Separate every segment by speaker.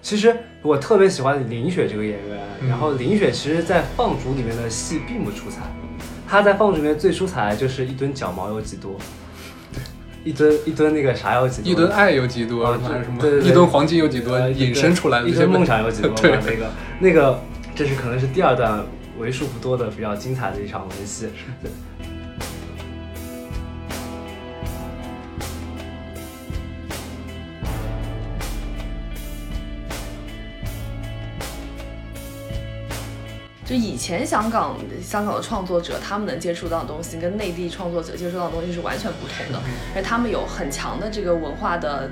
Speaker 1: 其实我特别喜欢林雪这个演员，
Speaker 2: 嗯
Speaker 1: 然后林雪其实，在《放逐》里面的戏并不出彩，她在《放逐》里面最出彩就是一吨脚毛有几多，一吨一吨那个啥有几多，
Speaker 2: 一吨爱有几多，
Speaker 1: 啊
Speaker 2: 还是什么
Speaker 1: 对对对
Speaker 2: 一吨黄金有几多，
Speaker 1: 呃
Speaker 2: 引申出来的
Speaker 1: 一
Speaker 2: 这些
Speaker 1: 吨
Speaker 2: 问
Speaker 1: 梦
Speaker 2: 题
Speaker 1: 想有 几多嘛？
Speaker 2: 对
Speaker 1: 那个那个，这是可能是第二段为数不多的比较精彩的一场文戏。对
Speaker 3: 就以前香港香港的创作者，他们能接触到的东西跟内地创作者接触到的东西是完全不同
Speaker 2: 嗯
Speaker 3: 的，而他们有很强的这个文化的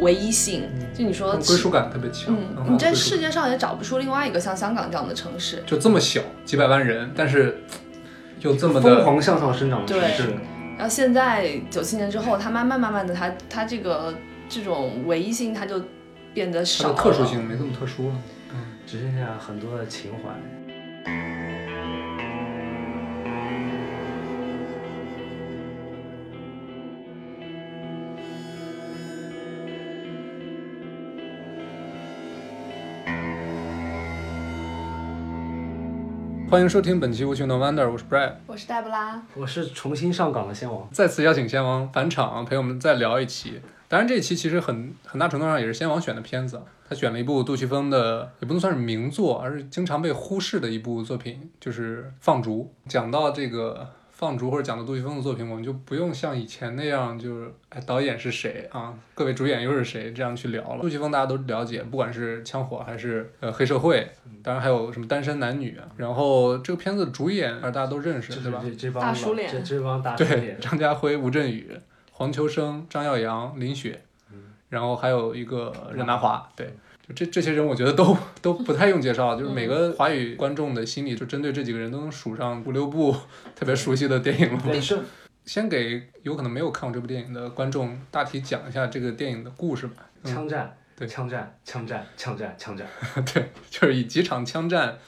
Speaker 3: 唯一性。就你说，
Speaker 2: 嗯归属感特别强。
Speaker 3: 嗯，
Speaker 2: 嗯
Speaker 3: 你在
Speaker 2: 归属
Speaker 3: 世界上也找不出另外一个像香港这样的城市。
Speaker 2: 就这么小，几百万人，但是又这么
Speaker 1: 疯
Speaker 2: 的
Speaker 1: 狂向上生长的
Speaker 3: 对
Speaker 1: 城市，
Speaker 3: 然后现在九七年之后，它慢慢慢慢的，它它这个这种唯一性，它就变得
Speaker 2: 它
Speaker 3: 少
Speaker 2: 的
Speaker 3: 了。
Speaker 2: 特殊性没这么特殊了。
Speaker 1: 嗯只剩下很多的情怀。
Speaker 2: 欢迎收听本期《无穷的 Wonder》，我是 Brad，
Speaker 3: 我是黛布拉，
Speaker 1: 我是重新上岗的仙王，
Speaker 2: 再次邀请仙王返场陪我们再聊一期。当然，这一期其实很很大程度上也是仙王选的片子，他选了一部杜琪峰的，也不能算是名作，而是经常被忽视的一部作品，就是《放逐》。讲到这个《放逐》或者讲到杜琪峰的作品，我们就不用像以前那样，就是哎导演是谁啊，各位主演又是谁这样去聊了。杜琪峰大家都了解，不管是枪火还是呃黑社会，当然还有什么单身男女。啊然后这个片子的主演大家都认识，
Speaker 1: 这
Speaker 2: 对吧？
Speaker 1: 这这帮
Speaker 3: 大
Speaker 1: 老
Speaker 3: 叔脸
Speaker 1: 这这帮大叔
Speaker 2: 对
Speaker 1: 脸，，
Speaker 2: 张家辉、吴镇宇、黄秋生、张耀扬、林雪，然后还有一个嗯任达华，对。就这这些人，我觉得 都都不太用介绍，就是每个华语观众的心里，就针对这几个人都能数上五六部 特别熟悉的电影了。
Speaker 1: 对是
Speaker 2: 先给有可能没有看过这部电影的观众大体讲一下这个电影的故事吧。嗯
Speaker 1: 枪战，
Speaker 2: 对
Speaker 1: 枪战，枪战，枪战，枪战，
Speaker 2: 对， 就是以几场枪战，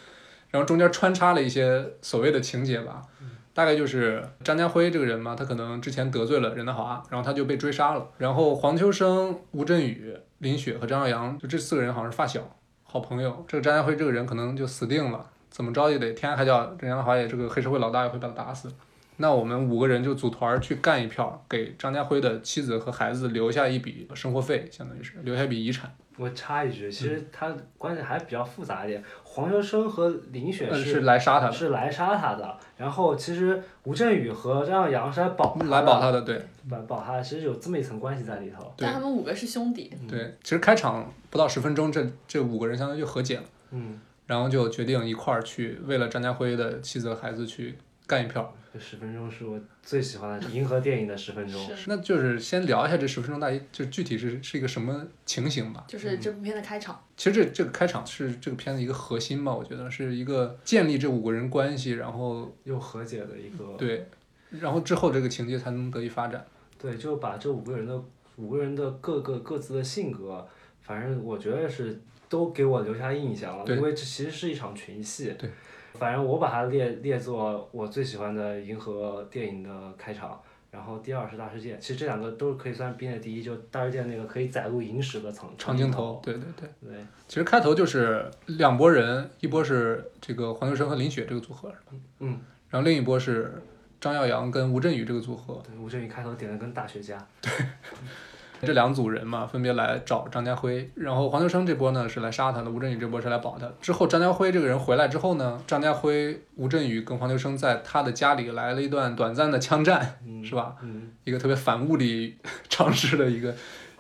Speaker 2: 然后中间穿插了一些所谓的情节吧，
Speaker 1: 嗯
Speaker 2: 大概就是张家辉这个人嘛，他可能之前得罪了任达华，然后他就被追杀了，然后黄秋生、吴镇宇、林雪和张耀扬，就这四个人好像是发小，好朋友，这个张家辉这个人可能就死定了，怎么着也得天涯海角，任达华也这个黑社会老大也会把他打死。那我们五个人就组团儿去干一票，给张家辉的妻子和孩子留下一笔生活费，相当于是留下一笔遗产。
Speaker 1: 我插一句，其实
Speaker 2: 嗯
Speaker 1: 他关系还比较复杂一点。黄秋生和林雪
Speaker 2: 嗯，
Speaker 1: 是
Speaker 2: 是来杀他的，
Speaker 1: 是来杀他的，然后其实吴镇宇和张耀扬是来保他的
Speaker 2: 来保他的，对。
Speaker 1: 来保他的，其实有这么一层关系在里头。
Speaker 2: 对
Speaker 3: 但他们五个是兄弟，
Speaker 2: 对，其实开场不到十分钟，这这五个人相当于就和解了，
Speaker 1: 嗯，
Speaker 2: 然后就决定一块儿去为了张家辉的妻子和孩子去干一票。
Speaker 1: 这十分钟是我最喜欢的银河电影的十分钟。
Speaker 3: 是
Speaker 2: 那就是先聊一下这十分钟大一，就具体是是一个什么情形吧。
Speaker 3: 就是这部片的开场。
Speaker 2: 其实这这个开场是这个片子一个核心吧，我觉得是一个建立这五个人关系，然后
Speaker 1: 又和解的一个，
Speaker 2: 对，然后之后这个情节才能得以发展。
Speaker 1: 对，就把这五个人的五个人的各个各自的性格，反正我觉得是都给我留下印象了，
Speaker 2: 对
Speaker 1: 因为这其实是一场群戏。
Speaker 2: 对，
Speaker 1: 反正我把它列列作我最喜欢的银河电影的开场，然后第二是大世界，其实这两个都是可以算并列第一，就大世界那个可以载入影史的长
Speaker 2: 长镜头，，对对对。
Speaker 1: 对，
Speaker 2: 其实开头就是两拨人，一波是这个黄秋生和林雪这个组合，是吧？
Speaker 1: 嗯。
Speaker 2: 然后另一波是张耀扬跟吴镇宇这个组合，
Speaker 1: 对，吴镇宇开头点的跟大学家，
Speaker 2: 这两组人嘛，分别来找张家辉。然后黄秋生这波呢是来杀他的，吴镇宇这波是来保他的。之后张家辉这个人回来之后呢，张家辉、吴镇宇跟黄秋生在他的家里来了一段短暂的枪战，
Speaker 1: 嗯，
Speaker 2: 是吧？
Speaker 1: 嗯
Speaker 2: 一个特别反物理 常识的一个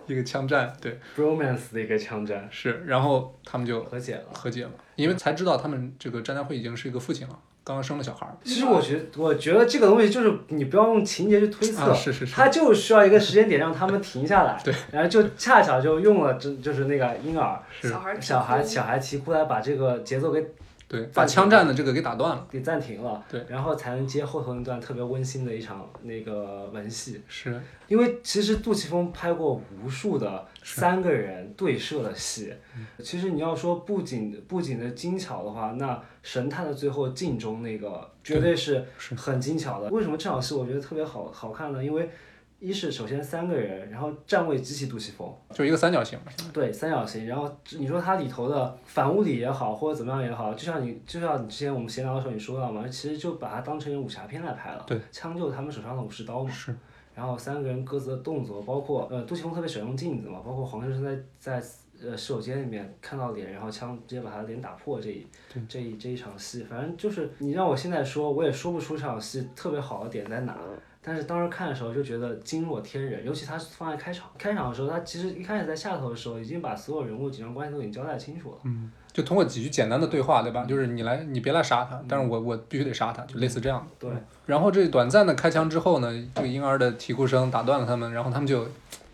Speaker 2: 一个枪战，对，
Speaker 1: ，bromance 的一个枪战
Speaker 2: 是。然后他们就
Speaker 1: 和解了。
Speaker 2: 和解了，因为才知道他们这个张家辉已经是一个父亲了，刚刚生了小孩儿。
Speaker 1: 其实我觉得，我觉得这个东西就是你不要用情节去推测，
Speaker 2: 啊，是是是，
Speaker 1: 他就需要一个时间点让他们停下来，
Speaker 2: 对，
Speaker 1: 然后就恰巧就用了，就就是那个婴儿、
Speaker 2: 是
Speaker 3: 小孩儿
Speaker 1: 小孩、
Speaker 3: 提出
Speaker 1: 小孩啼哭来把这个节奏给
Speaker 2: 对，把枪战的这个给打断了。
Speaker 1: 给暂停了，
Speaker 2: 对，
Speaker 1: 然后才能接后头那段特别温馨的一场那个文戏，
Speaker 2: 是，
Speaker 1: 因为其实杜琪峰拍过无数的
Speaker 2: 是
Speaker 1: 三个人对射的戏，其实你要说布景布景的精巧的话，那神探的最后镜中那个绝对是
Speaker 2: 是
Speaker 1: 很精巧的。为什么这场戏我觉得特别好好看呢？因为一是首先三个人，然后站位极其杜琪峰，
Speaker 2: 就一个三角形。
Speaker 1: 对三角形，然后你说它里头的反物理也好，或者怎么样也好，就像你就像你之前我们闲聊的时候你说到嘛，其实就把它当成一个武侠片来拍了，
Speaker 2: 对，
Speaker 1: 枪就是他们手上的武士刀嘛，
Speaker 2: 是。
Speaker 1: 然后三个人各自的动作，包括呃杜琪峰特别喜欢用镜子嘛，包括黄秋生在在呃洗手间里面看到脸，然后枪直接把他脸打破这一这一这一场戏，反正就是你让我现在说，我也说不出这场戏特别好的点在哪。
Speaker 2: 嗯
Speaker 1: 但是当时看的时候就觉得惊若天人，尤其他放在开场，开场的时候，他其实一开始在下头的时候已经把所有人物紧张关系都已经交代清楚了。
Speaker 2: 嗯，就通过几句简单的对话，对吧？就是你来，你别来杀他，但是我我必须得杀他，就类似这样的。
Speaker 1: 嗯对，
Speaker 2: 然后这短暂的开枪之后呢，这个婴儿的啼哭声打断了他们，然后他们就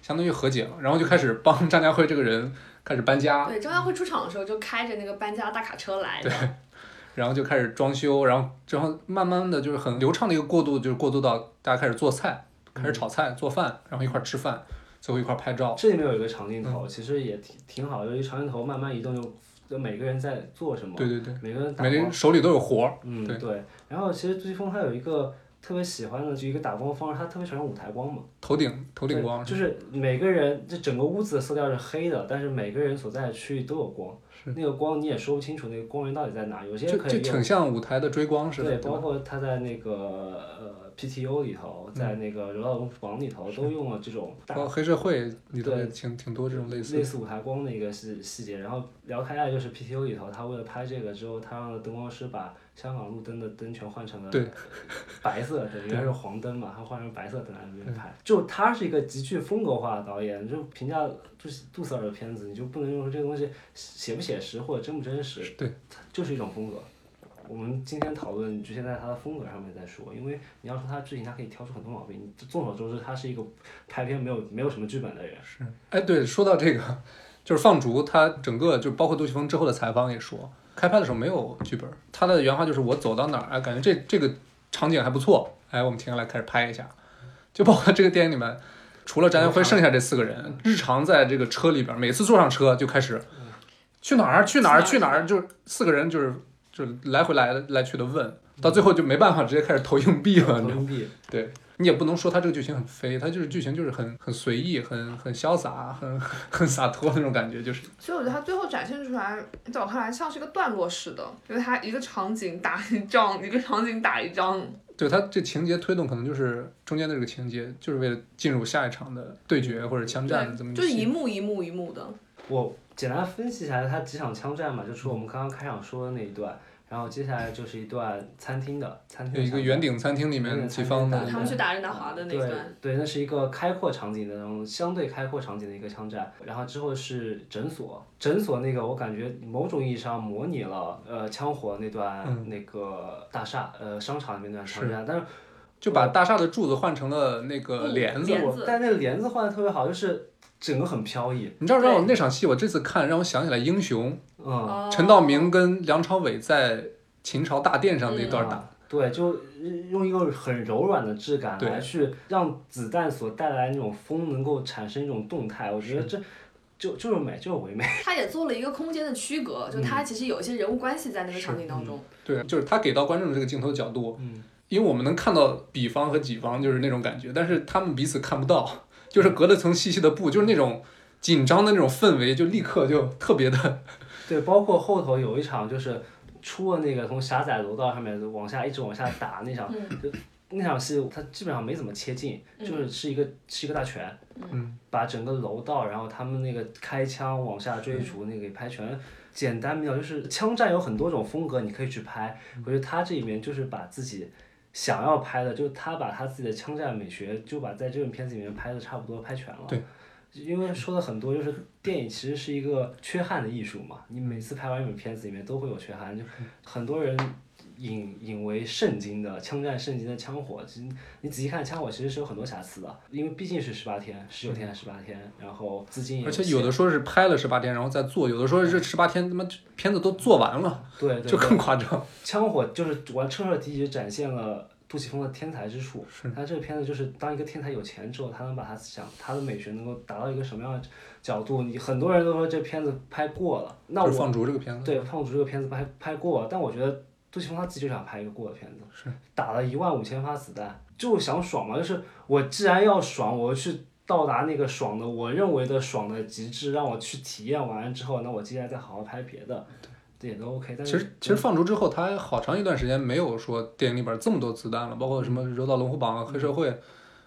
Speaker 2: 相当于和解了，然后就开始帮张家辉这个人开始搬家，
Speaker 3: 对，张家辉出场的时候就开着那个搬家大卡车来的，
Speaker 2: 然后就开始装修，然后之后慢慢的就是很流畅的一个过渡，就是过渡到大家开始做菜，开
Speaker 1: 嗯
Speaker 2: 始炒菜、做饭，然后一块儿吃饭，最后一块儿拍照。
Speaker 1: 这里面有一个长镜
Speaker 2: 嗯
Speaker 1: 头，其实也挺挺好，由于长镜头慢慢移动就，就每个人在做什么，
Speaker 2: 对对对，
Speaker 1: 每个人打
Speaker 2: 每个人手里都有活儿。
Speaker 1: 嗯，
Speaker 2: 对
Speaker 1: 对。然后其实杜琪峰他有一个特别喜欢的，就一个打光方式，他特别喜欢舞台光嘛，
Speaker 2: 头顶头顶
Speaker 1: 对
Speaker 2: 光，
Speaker 1: 就是每个人这整个屋子的色调是黑的，但是每个人所在的区域都有光，那个光你也说不清楚那个光源到底在哪，有些
Speaker 2: 就
Speaker 1: 可以
Speaker 2: 就挺像舞台的追光似
Speaker 1: 对，
Speaker 2: 的，
Speaker 1: 包
Speaker 2: 吧？
Speaker 1: 括他在那个呃 PTO 里头，在
Speaker 2: 嗯
Speaker 1: 那个柔道龙虎榜里头都用了这种大
Speaker 2: 包括黑社会里头
Speaker 1: 对
Speaker 2: 也挺挺多这种类似的。
Speaker 1: 类似舞台光的一个细细节。然后聊开了就是 PTO 里头，他为了拍这个之后，他让灯光师把香港路灯的灯全换成了
Speaker 2: 对
Speaker 1: 白色的灯，原来是黄灯嘛，他换成白色灯来那边拍。就他是一个极具风格化的导演，就评价杜杜塞尔的片子，你就不能用说这个东西写不写实或者真不真实，
Speaker 2: 对，
Speaker 1: 它就是一种风格。我们今天讨论局限在他的风格上面再说，因为你要说他剧情，他可以挑出很多毛病。众所周知，他是一个拍片没有没有什么剧本的人。
Speaker 2: 是，哎，对，说到这个，就是放逐，他整个就包括杜琪峰之后的采访也说，开拍的时候没有剧本，他的原话就是我走到哪儿，哎，感觉这这个场景还不错，哎，我们停下来开始拍一下，就包括这个电影里面。除了张家辉，剩下这四个人日常在这个车里边，每次坐上车就开始去哪儿去哪儿去哪儿，就是嗯四个人就是就是来回来来去的问，到最后就没办法，直接开始投硬币了，你知道
Speaker 1: 投
Speaker 2: 吗
Speaker 1: 硬币，
Speaker 2: 对你也不能说他这个剧情很飞，他就是剧情就是很很随意、很很潇洒、很很洒脱那种感觉，就是
Speaker 4: 所以我觉得它最后展现出来，在我看来像是一个段落式的，因为它一个场景打一仗，一个场景打一仗，
Speaker 2: 对他这情节推动可能就是中间的这个情节，就是为了进入下一场的对决或者枪战这么
Speaker 4: 对，
Speaker 2: 一个
Speaker 4: 就是一
Speaker 2: 戏
Speaker 4: 幕一幕一幕的。
Speaker 1: 我简单分析一下他几场枪战嘛，就除了我们刚刚开场说的那一段，然后接下来就是一段餐厅的餐
Speaker 2: 有
Speaker 1: 厅
Speaker 2: 一个圆顶餐厅里面几方
Speaker 1: 对
Speaker 2: 的
Speaker 1: 对
Speaker 3: 他们去打任达华的那
Speaker 1: 对
Speaker 3: 段，
Speaker 1: 对，那是一个开阔场景的那种相对开阔场景的一个枪战，然后之后是诊所，诊所那个我感觉某种意义上模拟了呃枪火那段、
Speaker 2: 嗯
Speaker 1: 那个大厦呃商场里面那段枪战，但是
Speaker 2: 就把大厦的柱子换成了那个
Speaker 3: 嗯
Speaker 2: 帘子。
Speaker 3: 帘
Speaker 1: 我
Speaker 3: 子
Speaker 1: 但那个帘子换的特别好，就是整个很飘逸，
Speaker 2: 你知道让我那场戏，我这次看让我想起来《英雄
Speaker 1: 嗯。
Speaker 3: 哦》，
Speaker 2: 陈道明跟梁朝伟在秦朝大殿上那段打，
Speaker 1: 对，就用一个很柔软的质感
Speaker 2: 对
Speaker 1: 来去让子弹所带来那种风能够产生一种动态，我觉得这就就是美，就是唯美。
Speaker 3: 他也做了一个空间的区隔，就
Speaker 2: 嗯
Speaker 3: 他其实有一些人物关系在那个场景当中。
Speaker 2: 对，就是他给到观众的这个镜头角度，
Speaker 1: 嗯，
Speaker 2: 因为我们能看到比方和己方就是那种感觉，但是他们彼此看不到，就是隔了层细细的布，就是那种紧张的那种氛围，就立刻就特别的，
Speaker 1: 对，包括后头有一场就是出了那个从狭窄楼道上面往下一直往下打那场，就那场戏它基本上没怎么切近，就是是一个是一个大全，
Speaker 2: 嗯，
Speaker 1: 把整个楼道，然后他们那个开枪往下追逐那个给拍全。简单明了，就是枪战有很多种风格，你可以去拍。我觉得他这里面就是把自己想要拍的，就是他把他自己的枪战美学，就把在这种片子里面拍的差不多拍全了。
Speaker 2: 对
Speaker 1: 因为说的很多，就是电影其实是一个缺憾的艺术嘛。你每次拍完一本片子里面都会有缺憾，就很多人引引为圣经的枪战圣经的枪火，其实你仔细看枪火其实是有很多瑕疵的，因为毕竟是十八天、十九天、十八天，然后资金也
Speaker 2: 而且
Speaker 1: 限
Speaker 2: 有的说是拍了十八天然后再做，有的说是这十八天他妈片子都做完了，
Speaker 1: 对对对
Speaker 2: 就更夸张。
Speaker 1: 枪火就是完彻彻底底地展现了杜琪峰的天才之处。他这个片子就是当一个天才有钱之后，他能把他想他的美学能够达到一个什么样的角度？你很多人都说这片子拍过了，那
Speaker 2: 就
Speaker 1: 我
Speaker 2: 是放逐这个片子，
Speaker 1: 对放逐这个片子拍拍过了，但我觉得。杜琪峰他自己就想拍一个过的片子，打了一万五千发子弹，就是想爽嘛，就是我既然要爽，我去到达那个爽的，我认为的爽的极致，让我去体验完了之后，那我接下来再好好拍别的，这也都 OK。但
Speaker 2: 其
Speaker 1: 是嗯
Speaker 2: 实其实放逐之后，他好长一段时间没有说电影里边这么多子弹了，包括什
Speaker 1: 嗯
Speaker 2: 么《柔道龙虎榜》《黑社会》，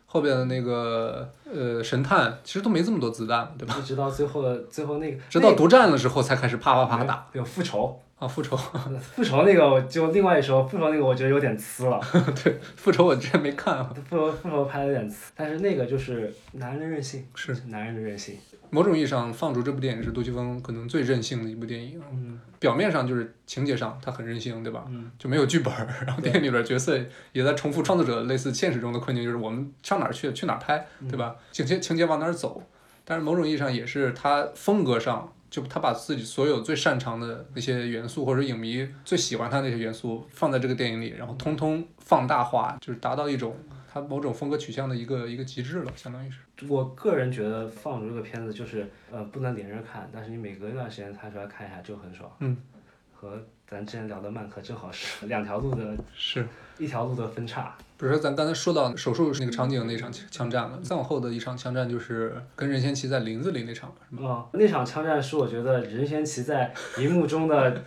Speaker 2: 后边的那个呃神探，其实都没这么多子弹，对吧？
Speaker 1: 一直到最后的最后那个，
Speaker 2: 直到独占了之后才开始啪啪
Speaker 1: 那
Speaker 2: 啪
Speaker 1: 个
Speaker 2: 打
Speaker 1: 有有复仇，
Speaker 2: 啊！复仇，
Speaker 1: 复仇那个我就另外一说，复仇那个我觉得有点呲了。
Speaker 2: 对复仇我之前没看，啊
Speaker 1: 复仇复仇拍的有点次，但是那个就是男人的任性，
Speaker 2: 是
Speaker 1: 男人的任性。
Speaker 2: 某种意义上，《放逐》这部电影是杜琪峰可能最任性的一部电影。
Speaker 1: 嗯，
Speaker 2: 表面上就是情节上他很任性，对吧？
Speaker 1: 嗯，
Speaker 2: 就没有剧 本儿，然后电影里边角色也在重复创作者类似现实中的困境，就是我们上哪儿去，去哪儿拍，
Speaker 1: 嗯
Speaker 2: 对吧？情节情节往哪儿走，但是某种意义上也是他风格上，就他把自己所有最擅长的那些元素，或者影迷最喜欢他那些元素放在这个电影里，然后通通放大化，就是达到一种他某种风格取向的一个一个极致了，相当于是。
Speaker 1: 我个人觉得《放逐》这个片子就是，呃，不能连着看，但是你每隔一段时间拍出来看一下就很爽。
Speaker 2: 嗯，
Speaker 1: 和咱之前聊的《曼克》正好是两条路的
Speaker 2: 是。
Speaker 1: 一条路的分叉。
Speaker 2: 比如说，咱刚才说到手术那个场景那场枪战了，再往后的一场枪战就是跟任贤齐在林子里那场，
Speaker 1: 啊、那场枪战是我觉得任贤齐在荧幕中 的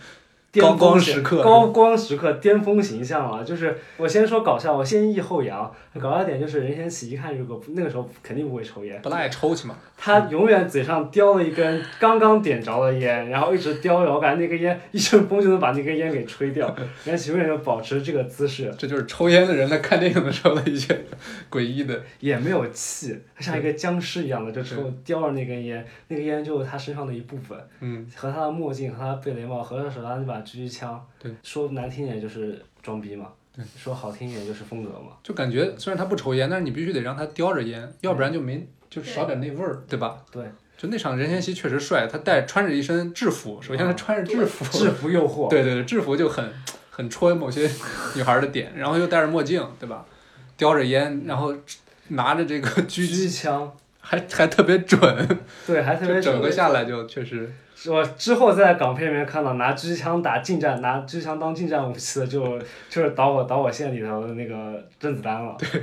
Speaker 1: 巅
Speaker 2: 高
Speaker 1: 峰
Speaker 2: 光
Speaker 1: 形
Speaker 2: 时刻
Speaker 1: 高光时刻巅峰形象啊！就是我先说搞笑，我先抑后扬。搞笑点就是任贤齐一看，如果不那个时候肯定不会抽烟，
Speaker 2: 不赖抽去嘛，
Speaker 1: 他永远嘴上叼了一根刚刚点着的烟，然后一直叼着，我感觉那根烟一阵风就能把那根烟给吹 掉。然后永远就保持这个姿势，
Speaker 2: 这就是抽烟的人在看电影的时候的一些诡异的，
Speaker 1: 也没有气，他像一个僵尸一样的就抽叼着那根烟，那个烟就是他身上的一部分，
Speaker 2: 嗯，
Speaker 1: 和他的墨镜、和他贝雷帽、和他手上那把狙击枪，
Speaker 2: 对，
Speaker 1: 说难听点就是装逼嘛，说好听一点就是风格嘛。
Speaker 2: 就感觉虽然他不抽烟，但是你必须得让他叼着烟，要不然就没就少点那味儿，对吧？
Speaker 1: 对，
Speaker 2: 就那场任贤齐确实帅，他带穿着一身制服，首先他穿着 制服，
Speaker 1: 啊制服诱惑，
Speaker 2: 对对对，制服就很很戳某些女孩的点，然后又戴着墨镜，对吧？叼着烟，然后拿着这个狙
Speaker 1: 狙
Speaker 2: 击
Speaker 1: 击枪，
Speaker 2: 还还特别准，
Speaker 1: 对，还特别
Speaker 2: 就整
Speaker 1: 准
Speaker 2: 个下来就确实
Speaker 1: 我之后在港片里面看到拿狙击枪打近战、拿狙击枪当近战武器的就， 就是导火导火线里头的那个甄子丹了。对。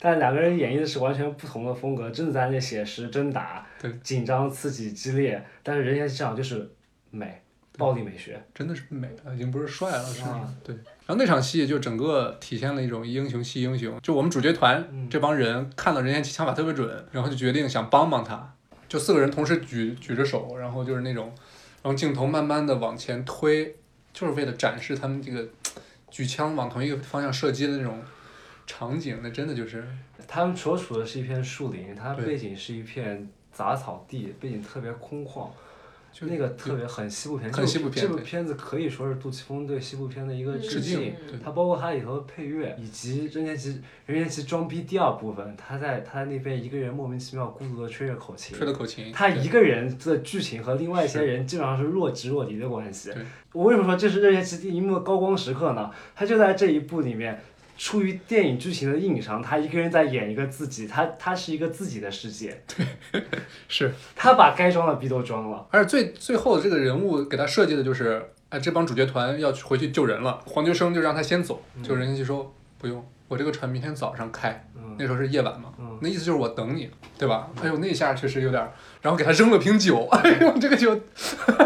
Speaker 1: 但两个人演绎的是完全不同的风格，甄子丹那写实、真打
Speaker 2: 对、
Speaker 1: 紧张、刺激、激烈，但是任贤齐这场就是美，暴力美学。
Speaker 2: 真的是美了，已经不是帅了，是
Speaker 1: 啊
Speaker 2: 对。然后那场戏就整个体现了一种英雄惜英雄，就我们主角团
Speaker 1: 嗯
Speaker 2: 这帮人看到任贤齐枪法特别准，然后就决定想帮帮他，就四个人同时举举着手，然后就是那种，然后镜头慢慢的往前推，就是为了展示他们这个举枪往同一个方向射击的那种场景，那真的就是
Speaker 1: 他们所处的是一片树林，它
Speaker 2: 对
Speaker 1: 背景是一片杂草地，背景特别空旷，
Speaker 2: 就
Speaker 1: 那个特别很西部片。
Speaker 2: 很西部片
Speaker 1: 这部
Speaker 2: 对
Speaker 1: 片子可以说是杜琪峰对西部片的一个
Speaker 3: 嗯
Speaker 2: 致
Speaker 1: 敬。
Speaker 2: 敬，对。
Speaker 1: 它包括它里头的配乐，以及任贤齐任贤齐装逼第二部分，他在他在那边一个人莫名其妙孤独的吹着口琴
Speaker 2: 吹，了口琴，
Speaker 1: 他
Speaker 2: 对
Speaker 1: 一个人的剧情和另外一些人基本上是若即若离的关系
Speaker 2: 对。
Speaker 1: 我为什么说这是任贤齐第一幕的高光时刻呢？他就在这一部里面。出于电影剧情的硬伤，他一个人在演一个自己，他他是一个自己的世界，
Speaker 2: 是，
Speaker 1: 他把该装的逼都装了。
Speaker 2: 而且最最后这个人物给他设计的就是，哎，这帮主角团要去回去救人了，黄秋生就让他先走，就任贤齐说不用，我这个船明天早上开，
Speaker 1: 嗯
Speaker 2: 那时候是夜晚嘛，
Speaker 1: 嗯，
Speaker 2: 那意思就是我等你，对吧？哎呦，那一下确实有点儿，然后给他扔了瓶酒，哎
Speaker 1: 嗯
Speaker 2: 呦，这个就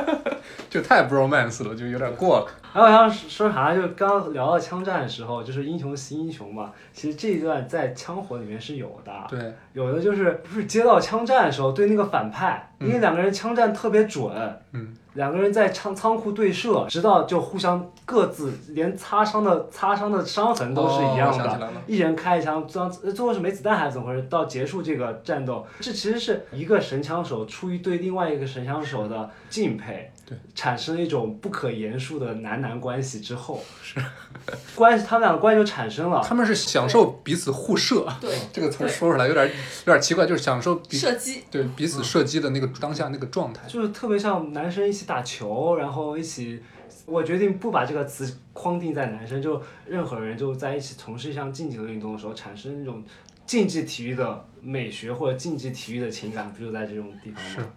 Speaker 2: 就太 bromance 了，就有点过了。
Speaker 1: 还有要说啥？就刚刚聊到枪战的时候，就是英雄惜英雄嘛。其实这一段在枪火里面是有的，
Speaker 2: 对，
Speaker 1: 有的就是不是接到枪战的时候对那个反派，因为两个人枪战特别准，
Speaker 2: 嗯，
Speaker 1: 两个人在仓仓库对射，直到就互相各自连擦伤的擦伤的伤痕都是一样
Speaker 2: 哦我想起
Speaker 1: 的。
Speaker 2: 来了，
Speaker 1: 一人开一枪，最后最后是没子弹还是怎么回事？到结束这个战斗，这其实是一个神枪手出于对另外一个神枪手的敬佩，
Speaker 2: 对，
Speaker 1: 产生了一种不可言述的男男关系之后，是关系，他们俩的关系就产生了。
Speaker 2: 他们是享受彼此互射，
Speaker 3: 对，
Speaker 2: 这个词儿说出来有点有点奇怪，就是享受彼
Speaker 3: 射击，
Speaker 2: 对彼
Speaker 1: 嗯
Speaker 2: 此射击的那个当下那个状态。
Speaker 1: 就是特别像男生一起打球，然后一起，我决定不把这个词框定在男生，就任何人就在一起从事一项竞技的运动的时候，产生一种竞技体育的美学或者竞技体育的情感，不就在这种地方吗？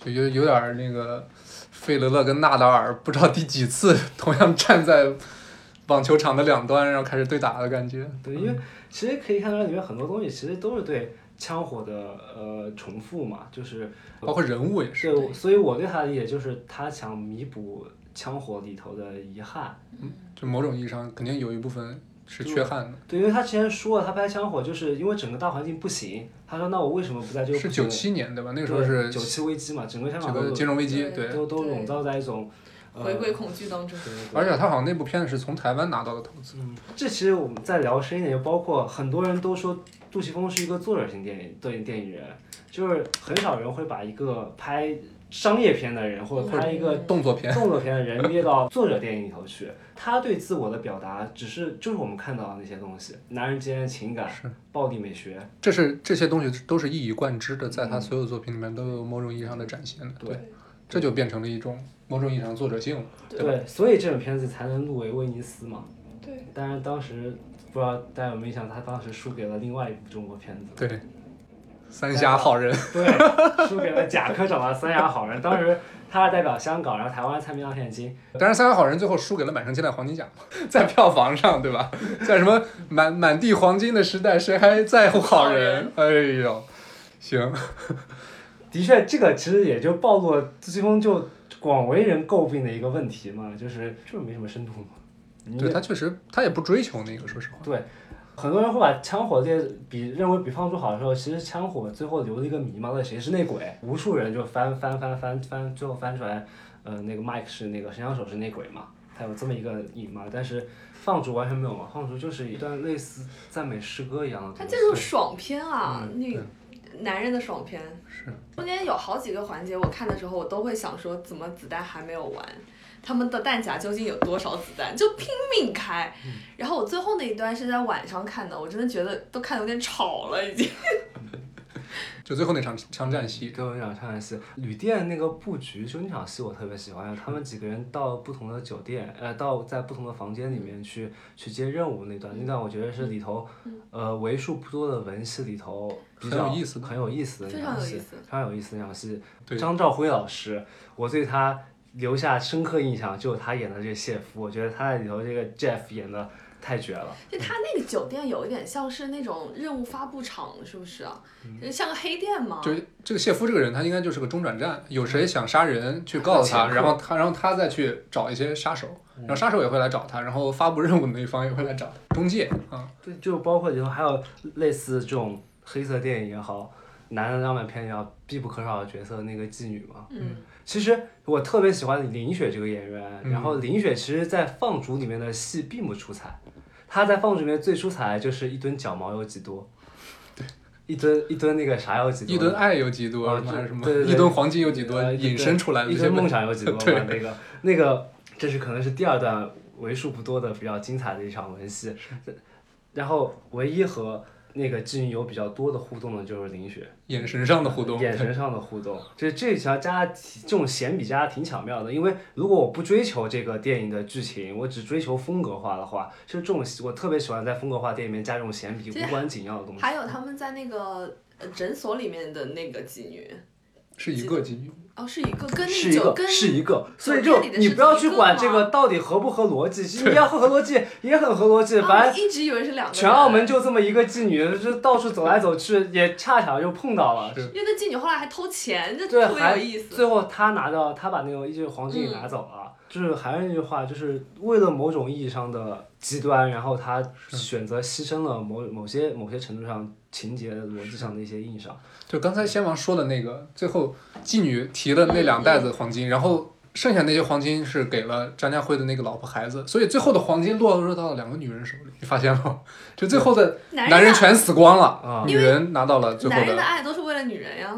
Speaker 2: 就有 有点儿那个费德勒跟纳达尔不知道第几次同样站在网球场的两端，然后开始对打的感觉。
Speaker 1: 对，因为其实可以看到里面很多东西其实都是对枪火的呃重复嘛，就是
Speaker 2: 包括人物也是。
Speaker 1: 对，所以我对他的理解就是他想弥补枪火里头的遗憾。
Speaker 2: 嗯就某种意义上，肯定有一部分是缺憾的。
Speaker 1: 对，因为他之前说了，他拍枪火就是因为整个大环境不行，他说那我为什么不在这个
Speaker 2: 是
Speaker 1: 不行
Speaker 2: 九七年对吧？那个时候是
Speaker 1: 九七危机嘛，整个香
Speaker 2: 这
Speaker 1: 港都
Speaker 2: 个金融危机，
Speaker 3: 对
Speaker 1: 都都
Speaker 3: 对
Speaker 1: 笼罩在一种
Speaker 2: 嗯
Speaker 1: 呃
Speaker 3: 回归恐惧当中。
Speaker 1: 对对对
Speaker 2: 而且他好像那部片子是从台湾拿到的投资，
Speaker 1: 嗯，这其实我们再聊深一点，就包括很多人都说杜琪峰是一个作者型电影电影电影人，就是很少人会把一个拍商业片的人或者拍一个
Speaker 2: 动作片。
Speaker 1: 动作片的人列到作者电影里头去。他对自我的表达，只是就是我们看到的那些东西，男人之间的情感
Speaker 2: 是、
Speaker 1: 暴力美学，
Speaker 2: 这是这些东西都是一以贯之的，在他所有作品里面都有某种意义上的展现的。
Speaker 1: 对
Speaker 2: 对，这就变成了一种某种意义上的作者性了。
Speaker 3: 对
Speaker 1: 对，所以这种片子才能入围威尼斯嘛。
Speaker 3: 对，
Speaker 1: 当然当时不知道大家有没有印象，他当时输给了另外一部中国片子。
Speaker 2: 对，三峡好人，
Speaker 1: 对， 输给了贾科长的三亚好人。当时他是代表香港，然后台湾参评两天金。
Speaker 2: 但是三峡好人最后输给了《满城尽带黄金甲》嘛， 在票房上，对吧？在什么满满地黄金的时代，谁还在乎好人？哎呦，行，
Speaker 1: 的确，这个其实也就暴露了杜琪峰就广为人诟病的一个问题嘛，就是就是没什么深度嘛。你
Speaker 2: 对他确实他也不追求那个，说实话。
Speaker 1: 很多人会把枪火这些比认为比方珠好的时候，其实枪火最后留了一个谜嘛，到底谁是内鬼？无数人就翻翻翻翻翻，最后翻出来，呃，那个 Mike 是那个神枪手是内鬼嘛，他有这么一个隐嘛，但是放逐完全没有嘛，放逐就是一段类似赞美诗歌一样的东西。
Speaker 3: 它这就是爽片啊，
Speaker 2: 嗯对
Speaker 3: 那男人的爽片。
Speaker 2: 是
Speaker 3: 中间有好几个环节，我看的时候我都会想说，怎么子弹还没有完？他们的弹夹究竟有多少子弹？就拼命开。
Speaker 2: 嗯
Speaker 3: 然后我最后那一段是在晚上看的，我真的觉得都看得有点吵了，已经。
Speaker 2: 就最后那场枪战戏，
Speaker 1: 都有一场上海戏，旅店那个布局，就那场戏我特别喜欢。他们几个人到不同的酒店，呃，到在不同的房间里面去去接任务那段，那段我觉得是里头，
Speaker 3: 嗯
Speaker 1: 呃，为数不多的文戏里头比较
Speaker 2: 很有意思的
Speaker 1: 很有意思的那场戏
Speaker 3: 非常有意思，
Speaker 1: 非常有意思的那场戏。
Speaker 2: 对
Speaker 1: 张兆辉老师，我对他留下深刻印象，就是他演的这个谢夫，我觉得他在里头这个 Jeff 演的太绝
Speaker 2: 嗯
Speaker 1: 了。
Speaker 3: 就他那个酒店有一点像是那种任务发布场，是不是啊？
Speaker 2: 嗯
Speaker 3: 就像个黑店嘛。
Speaker 2: 就这个谢夫这个人，他应该就是个中转站，有谁想杀人去告诉他，
Speaker 1: 嗯
Speaker 2: 然后他，然后他再去找一些杀手，然后杀手也会来找他，然后发布任务的那一方也会来找他，中介啊，
Speaker 1: 对，就包括以后还有类似这种黑色电影也好，男的浪漫片也好，必不可少的角色那个妓女嘛。
Speaker 3: 嗯，
Speaker 1: 其实我特别喜欢林雪这个演员，
Speaker 2: 嗯
Speaker 1: 然后林雪其实，在《放逐》里面的戏并不出彩，她在《放逐》里面最出彩的就是一吨脚毛有几多，对，一吨一吨那个啥有几多，
Speaker 2: 一吨爱有几多，
Speaker 1: 啊
Speaker 2: 什么还是什么
Speaker 1: 对对对
Speaker 2: 一吨黄金有几多，
Speaker 1: 呃
Speaker 2: 引申出来的
Speaker 1: 一
Speaker 2: 这些
Speaker 1: 吨
Speaker 2: 问
Speaker 1: 梦
Speaker 2: 题。
Speaker 1: 想有几多嘛？
Speaker 2: 对
Speaker 1: 那个那个，这是可能是第二段为数不多的比较精彩的一场文戏。然后唯一和那个季云有比较多的互动的就是林雪，
Speaker 2: 眼神上的互动，
Speaker 1: 呃眼神上的互动，这这一条加这种闲笔加挺巧妙的。因为如果我不追求这个电影的剧情，我只追求风格化的话，就这种我特别喜欢在风格化电影里面加这种闲笔
Speaker 3: 其实
Speaker 1: 无关紧要的东西。
Speaker 3: 还有他们在那个呃诊所里面的那个妓女，
Speaker 2: 是一个妓女，
Speaker 3: 哦，是一个跟
Speaker 1: 是
Speaker 3: 那
Speaker 1: 一
Speaker 3: 酒
Speaker 1: 个
Speaker 3: 跟
Speaker 1: 是一个，所以
Speaker 3: 酒
Speaker 1: 就
Speaker 3: 店里的
Speaker 1: 你
Speaker 3: 是
Speaker 1: 不要
Speaker 3: 一
Speaker 1: 去
Speaker 3: 个
Speaker 1: 管这
Speaker 3: 吗
Speaker 1: 个到底合不合逻辑，其实你要合 合逻辑也很合逻辑，
Speaker 3: 啊
Speaker 1: 反
Speaker 3: 我
Speaker 1: 正
Speaker 3: 一直以为是两个人。
Speaker 1: 全澳门就这么一个妓女，就是到处走来走 去，也恰巧就碰到了。
Speaker 2: 是
Speaker 3: 因为那妓女后来还偷钱，这
Speaker 1: 对，
Speaker 3: 特别
Speaker 1: 还
Speaker 3: 有意思。嗯
Speaker 1: 最后他拿到，他把那个一些黄金给拿走了。就是还是那句话，就是为了某种意义上的极端，然后他选择牺牲了某某些某些程度上情节逻辑上的一些硬伤。
Speaker 2: 就刚才先王说的那个，最后妓女提了那两袋子黄金，然后剩下那些黄金是给了张家辉的那个老婆孩子，所以最后的黄金落入到了两个女人手里，你发现了吗？就最后的
Speaker 3: 男
Speaker 2: 男人
Speaker 3: 的
Speaker 2: 全死光了
Speaker 1: 啊，
Speaker 2: 女人拿到了最后
Speaker 3: 男人
Speaker 2: 的，
Speaker 3: 的爱都是为了女人呀。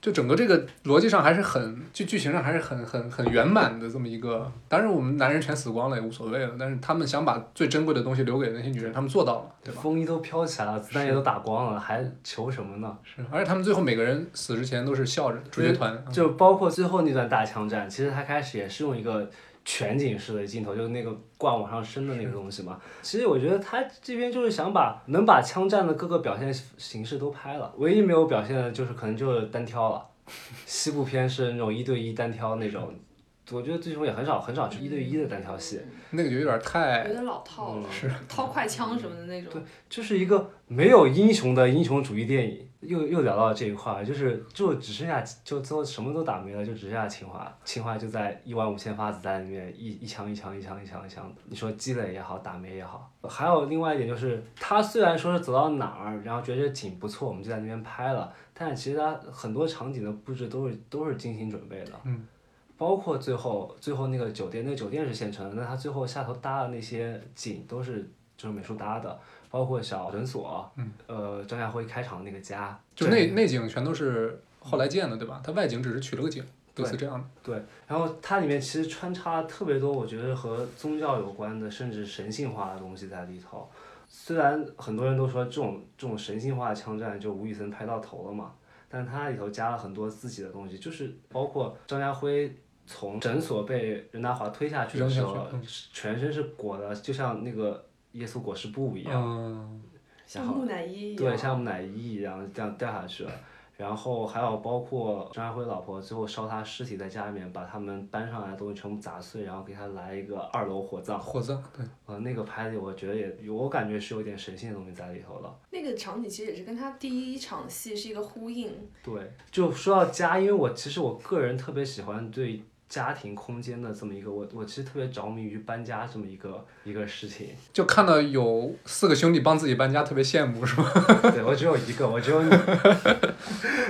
Speaker 2: 就整个这个逻辑上还是很，就剧情上还是很很很圆满的这么一个。当然我们男人全死光了也无所谓了，但是他们想把最珍贵的东西留给那些女人，他们做到了，对吧？
Speaker 1: 风衣都飘起来了，子弹也都打光了，还求什么呢？
Speaker 2: 是，而且他们最后每个人死之前都是笑着的，主角团
Speaker 1: 就包括最后那段大枪战，其实它开始也是用一个全景式的镜头，就是那个挂往上升的那个东西嘛。其实我觉得他这边就是想把能把枪战的各个表现形式都拍了，唯一没有表现的就是可能就是单挑了。西部片是那种一对一单挑那种，我觉得最终也很少很少去一对一的单挑戏，
Speaker 2: 那个就有点太
Speaker 3: 有点老套了，
Speaker 2: 哎是
Speaker 3: 掏快枪什么的那种。
Speaker 1: 对就是一个没有英雄的英雄主义电影。又又聊到这一块儿，就是就只剩下就最后什么都打没了，就只剩下清华。清华就在一万五千发子弹里面一一枪一枪一枪一枪一枪，你说积累也好，打没也好。还有另外一点就是，他虽然说是走到哪儿，然后觉得这景不错，我们就在那边拍了，但是其实他很多场景的布置都是都是精心准备的。
Speaker 2: 嗯。
Speaker 1: 包括最后最后那个酒店，那个酒店是现成的，那他最后下头搭的那些景都是就是美术搭的，包括小诊所，
Speaker 2: 嗯，
Speaker 1: 呃，张家辉开场的那个家，
Speaker 2: 就内内景全都是后来建的，对吧？它外景只是取了个景，类
Speaker 1: 对
Speaker 2: 似这样的。
Speaker 1: 对，然后它里面其实穿插特别多，我觉得和宗教有关的，甚至神性化的东西在里头。虽然很多人都说这种这种神性化的枪战就吴宇森拍到头了嘛，但它里头加了很多自己的东西，就是包括张家辉从诊所被任达华推下去的嗯时候
Speaker 2: 扔下去，
Speaker 1: 全身是裹的，就像那个耶稣裹尸布一样。
Speaker 2: 嗯，
Speaker 3: 像木乃伊一样。
Speaker 1: 对，像木乃伊一样这样掉下去了。然后还有包括张家辉老婆最后烧他尸体在家里面，把他们搬上来的东西全部砸碎，然后给他来一个二楼火葬。
Speaker 2: 火葬对，
Speaker 1: 呃，那个拍的我觉得也有，我感觉是有点神性的东西在里头的。
Speaker 3: 那个场景其实也是跟他第一场戏是一个呼应，
Speaker 1: 对，就说到家，因为我其实我个人特别喜欢对家庭空间的这么一个，我我其实特别着迷于搬家这么一个一个事情。
Speaker 2: 就看到有四个兄弟帮自己搬家，特别羡慕，是吧？
Speaker 1: 对我只有一个，我只有你。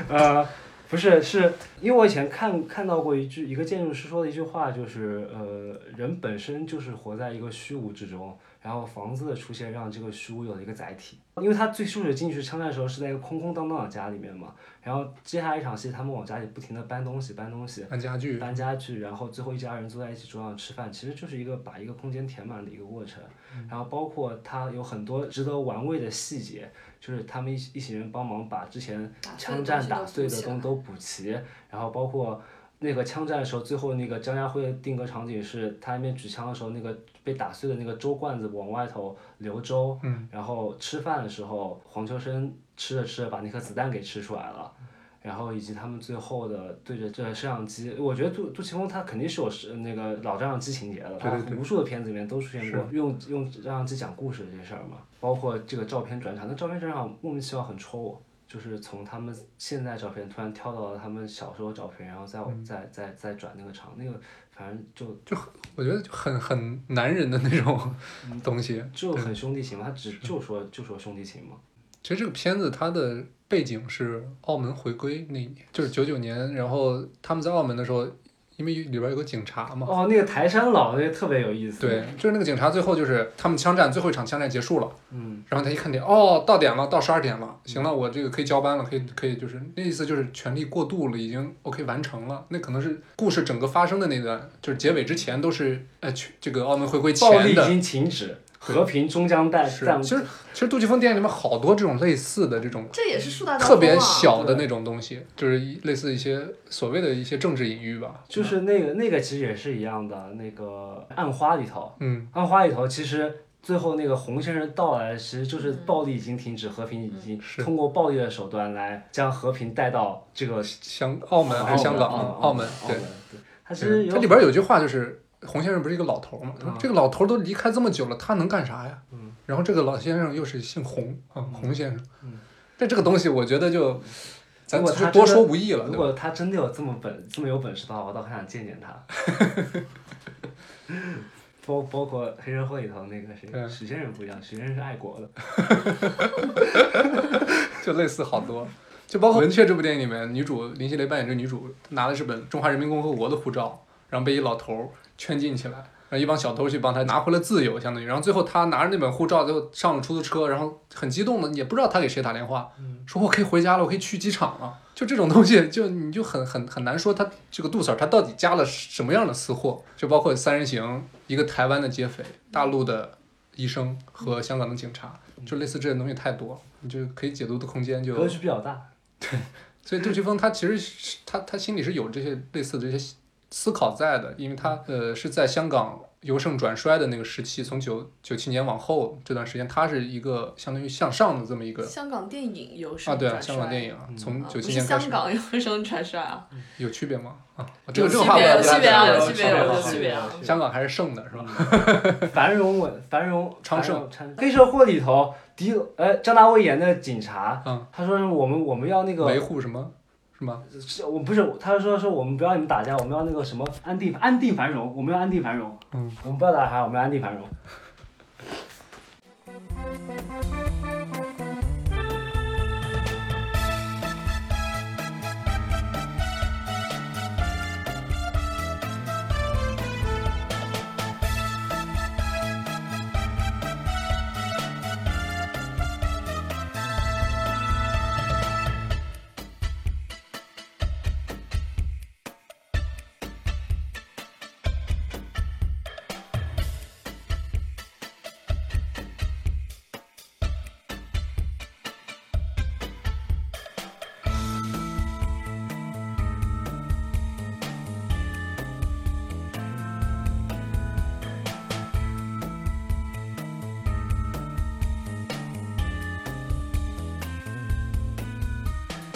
Speaker 1: 呃，不是，是因为我以前看看到过一句一个建筑师说的一句话，就是呃，人本身就是活在一个虚无之中，然后房子的出现让这个虚无有了一个载体。因为他最初始进去枪战的时候是在一个空空荡荡的家里面嘛，然后接下来一场戏，他们往家里不停的搬东西，搬东西。
Speaker 2: 搬家具，
Speaker 1: 搬家具，然后最后一家人坐在一起桌上吃饭，其实就是一个把一个空间填满的一个过程。
Speaker 2: 嗯
Speaker 1: 然后包括它有很多值得玩味的细节，就是他们一一行人帮忙把之前
Speaker 3: 打碎的
Speaker 1: 枪
Speaker 3: 东
Speaker 1: 战
Speaker 3: 西
Speaker 1: 打
Speaker 3: 都
Speaker 1: 碎
Speaker 3: 补
Speaker 1: 的
Speaker 3: 起来。
Speaker 1: 东都补齐，然后包括。那个枪战的时候，最后那个张家辉的定格场景是他那边举枪的时候，那个被打碎的那个粥罐子往外头流粥，
Speaker 2: 嗯，
Speaker 1: 然后吃饭的时候，黄秋生吃着吃着把那颗子弹给吃出来了，然后以及他们最后的对着这摄像机，我觉得杜杜琪峰他肯定是有是那个老照相机情节的，
Speaker 2: 对对对
Speaker 1: 他无数的片子里面都出现过用用照相机讲故事这件事儿嘛，包括这个照片转场，那照片转场莫名其妙很戳我。就是从他们现在照片突然跳到了他们小时候照片，然后再往、
Speaker 2: 嗯
Speaker 1: 再再再转那个场，那个反正就
Speaker 2: 我觉得就很很男人的那种
Speaker 1: 嗯
Speaker 2: 东西。
Speaker 1: 就很兄弟情嘛，他只就说就说兄弟情嘛。
Speaker 2: 其实这个片子它的背景是澳门回归那一年，就是九九年，然后他们在澳门的时候，因为里边有个警察嘛，
Speaker 1: 哦，那个台山佬那个特别有意思。
Speaker 2: 对，，就是那个警察最后就是他们枪战最后一场枪战结束了，
Speaker 1: 嗯，
Speaker 2: 然后他一看点，哦，到点了，到十二点了，行了，我这个可以交班了，可以可以，就是那意思就是权力过渡了，已经 OK 完成了。那可能是故事整个发生的那段，就是结尾之前都是呃，去这个澳门回归
Speaker 1: 暴力
Speaker 2: 前
Speaker 1: 已
Speaker 2: 的。
Speaker 1: 经停止，和平终将诞
Speaker 2: 是，
Speaker 1: 诞
Speaker 2: 其实其实杜琪峰电影里面好多这种类似的这种
Speaker 3: 这也是树大招风
Speaker 2: 特
Speaker 3: 啊。
Speaker 2: 别小的那种东西，就是一类似一些所谓的一些政治隐喻吧。
Speaker 1: 就是那个那个其实也是一样的，那个暗花里头，
Speaker 2: 嗯，
Speaker 1: 暗花里头其实最后那个洪先生到来，其实就是暴力已经停止，和平已经
Speaker 2: 嗯是
Speaker 1: 通过暴力的手段来将和平带到这个
Speaker 2: 香澳门还是香港？澳
Speaker 1: 澳
Speaker 2: 门
Speaker 1: 澳
Speaker 2: 对
Speaker 1: 门。对，它其实有
Speaker 2: 它里边儿有句话就是，洪先生不是一个老头儿嘛，他说
Speaker 1: 嗯
Speaker 2: 这个老头儿都离开这么久了，他能干啥呀？
Speaker 1: 嗯
Speaker 2: 然后这个老先生又是姓洪啊，洪先生
Speaker 1: 嗯，
Speaker 2: 这这个东西我觉得就，咱
Speaker 1: 如果
Speaker 2: 就
Speaker 1: 他
Speaker 2: 多
Speaker 1: 真的
Speaker 2: 说无益了，
Speaker 1: 如
Speaker 2: 对吧？
Speaker 1: 果他真的有这么本这么有本事的话，我倒很想见见他。包包括黑社会里头那个谁
Speaker 2: 嗯，
Speaker 1: 许先生不一样，许先生是爱国的。
Speaker 2: 就类似好多。就包括《文雀》这部电影里面，女主林熙蕾扮演这个女主拿的是本中华人民共和国的护照，然后被一老头儿圈禁起来，然后一帮小偷去帮她拿回了自由，相当于。然后最后她拿着那本护照，最后上了出租车，然后很激动的，也不知道她给谁打电话，说我可以回家了，我可以去机场了。就这种东西，就你就很很很难说她这个杜 Sir 她到底加了什么样的私货，就包括三人行，一个台湾的劫匪，大陆的医生和香港的警察，就类似这些东西太多了，你就可以解读的空间就啊
Speaker 1: 格局比较大。
Speaker 2: 所以杜琪峰他其实是他他心里是有这些类似的这些思考在的，因为他呃是在香港由盛转衰的那个时期，从九九七年往后这段时间，它是一个相当于向上的这么一个
Speaker 3: 香港电影有
Speaker 2: 啊，
Speaker 3: 声
Speaker 2: 对
Speaker 3: 转
Speaker 2: 啊，
Speaker 3: 衰
Speaker 2: 香港电影
Speaker 1: 嗯
Speaker 2: 啊从
Speaker 3: 啊
Speaker 2: 九
Speaker 3: 不
Speaker 2: 七
Speaker 3: 是
Speaker 2: 年开始
Speaker 3: 香港有声转衰啊，
Speaker 2: 有区别吗？啊，这
Speaker 3: 有
Speaker 2: 个这个
Speaker 3: 区
Speaker 2: 话我
Speaker 3: 别，
Speaker 2: 要
Speaker 3: 有
Speaker 2: 不太
Speaker 3: 区
Speaker 2: 知
Speaker 3: 别
Speaker 2: 道
Speaker 3: 啊，
Speaker 1: 有
Speaker 3: 有
Speaker 1: 区
Speaker 3: 区
Speaker 1: 别
Speaker 3: 别，
Speaker 1: 有区
Speaker 3: 有区
Speaker 1: 别
Speaker 3: 别
Speaker 1: 啊
Speaker 3: 啊。
Speaker 2: 香港还是盛的是吧？
Speaker 1: 嗯 繁荣稳，繁荣
Speaker 2: 昌盛
Speaker 1: 繁荣黑社会里头，迪呃张大卫演的警察，
Speaker 2: 嗯
Speaker 1: 他说我们我们要那
Speaker 2: 维
Speaker 1: 个，
Speaker 2: 护什么是吗？
Speaker 1: 是我不是他说说我们不要你们打架，我们要那个什么安定安定繁荣，我们要安定繁荣，
Speaker 2: 嗯，
Speaker 1: 我们不要打架，我们要安定繁荣。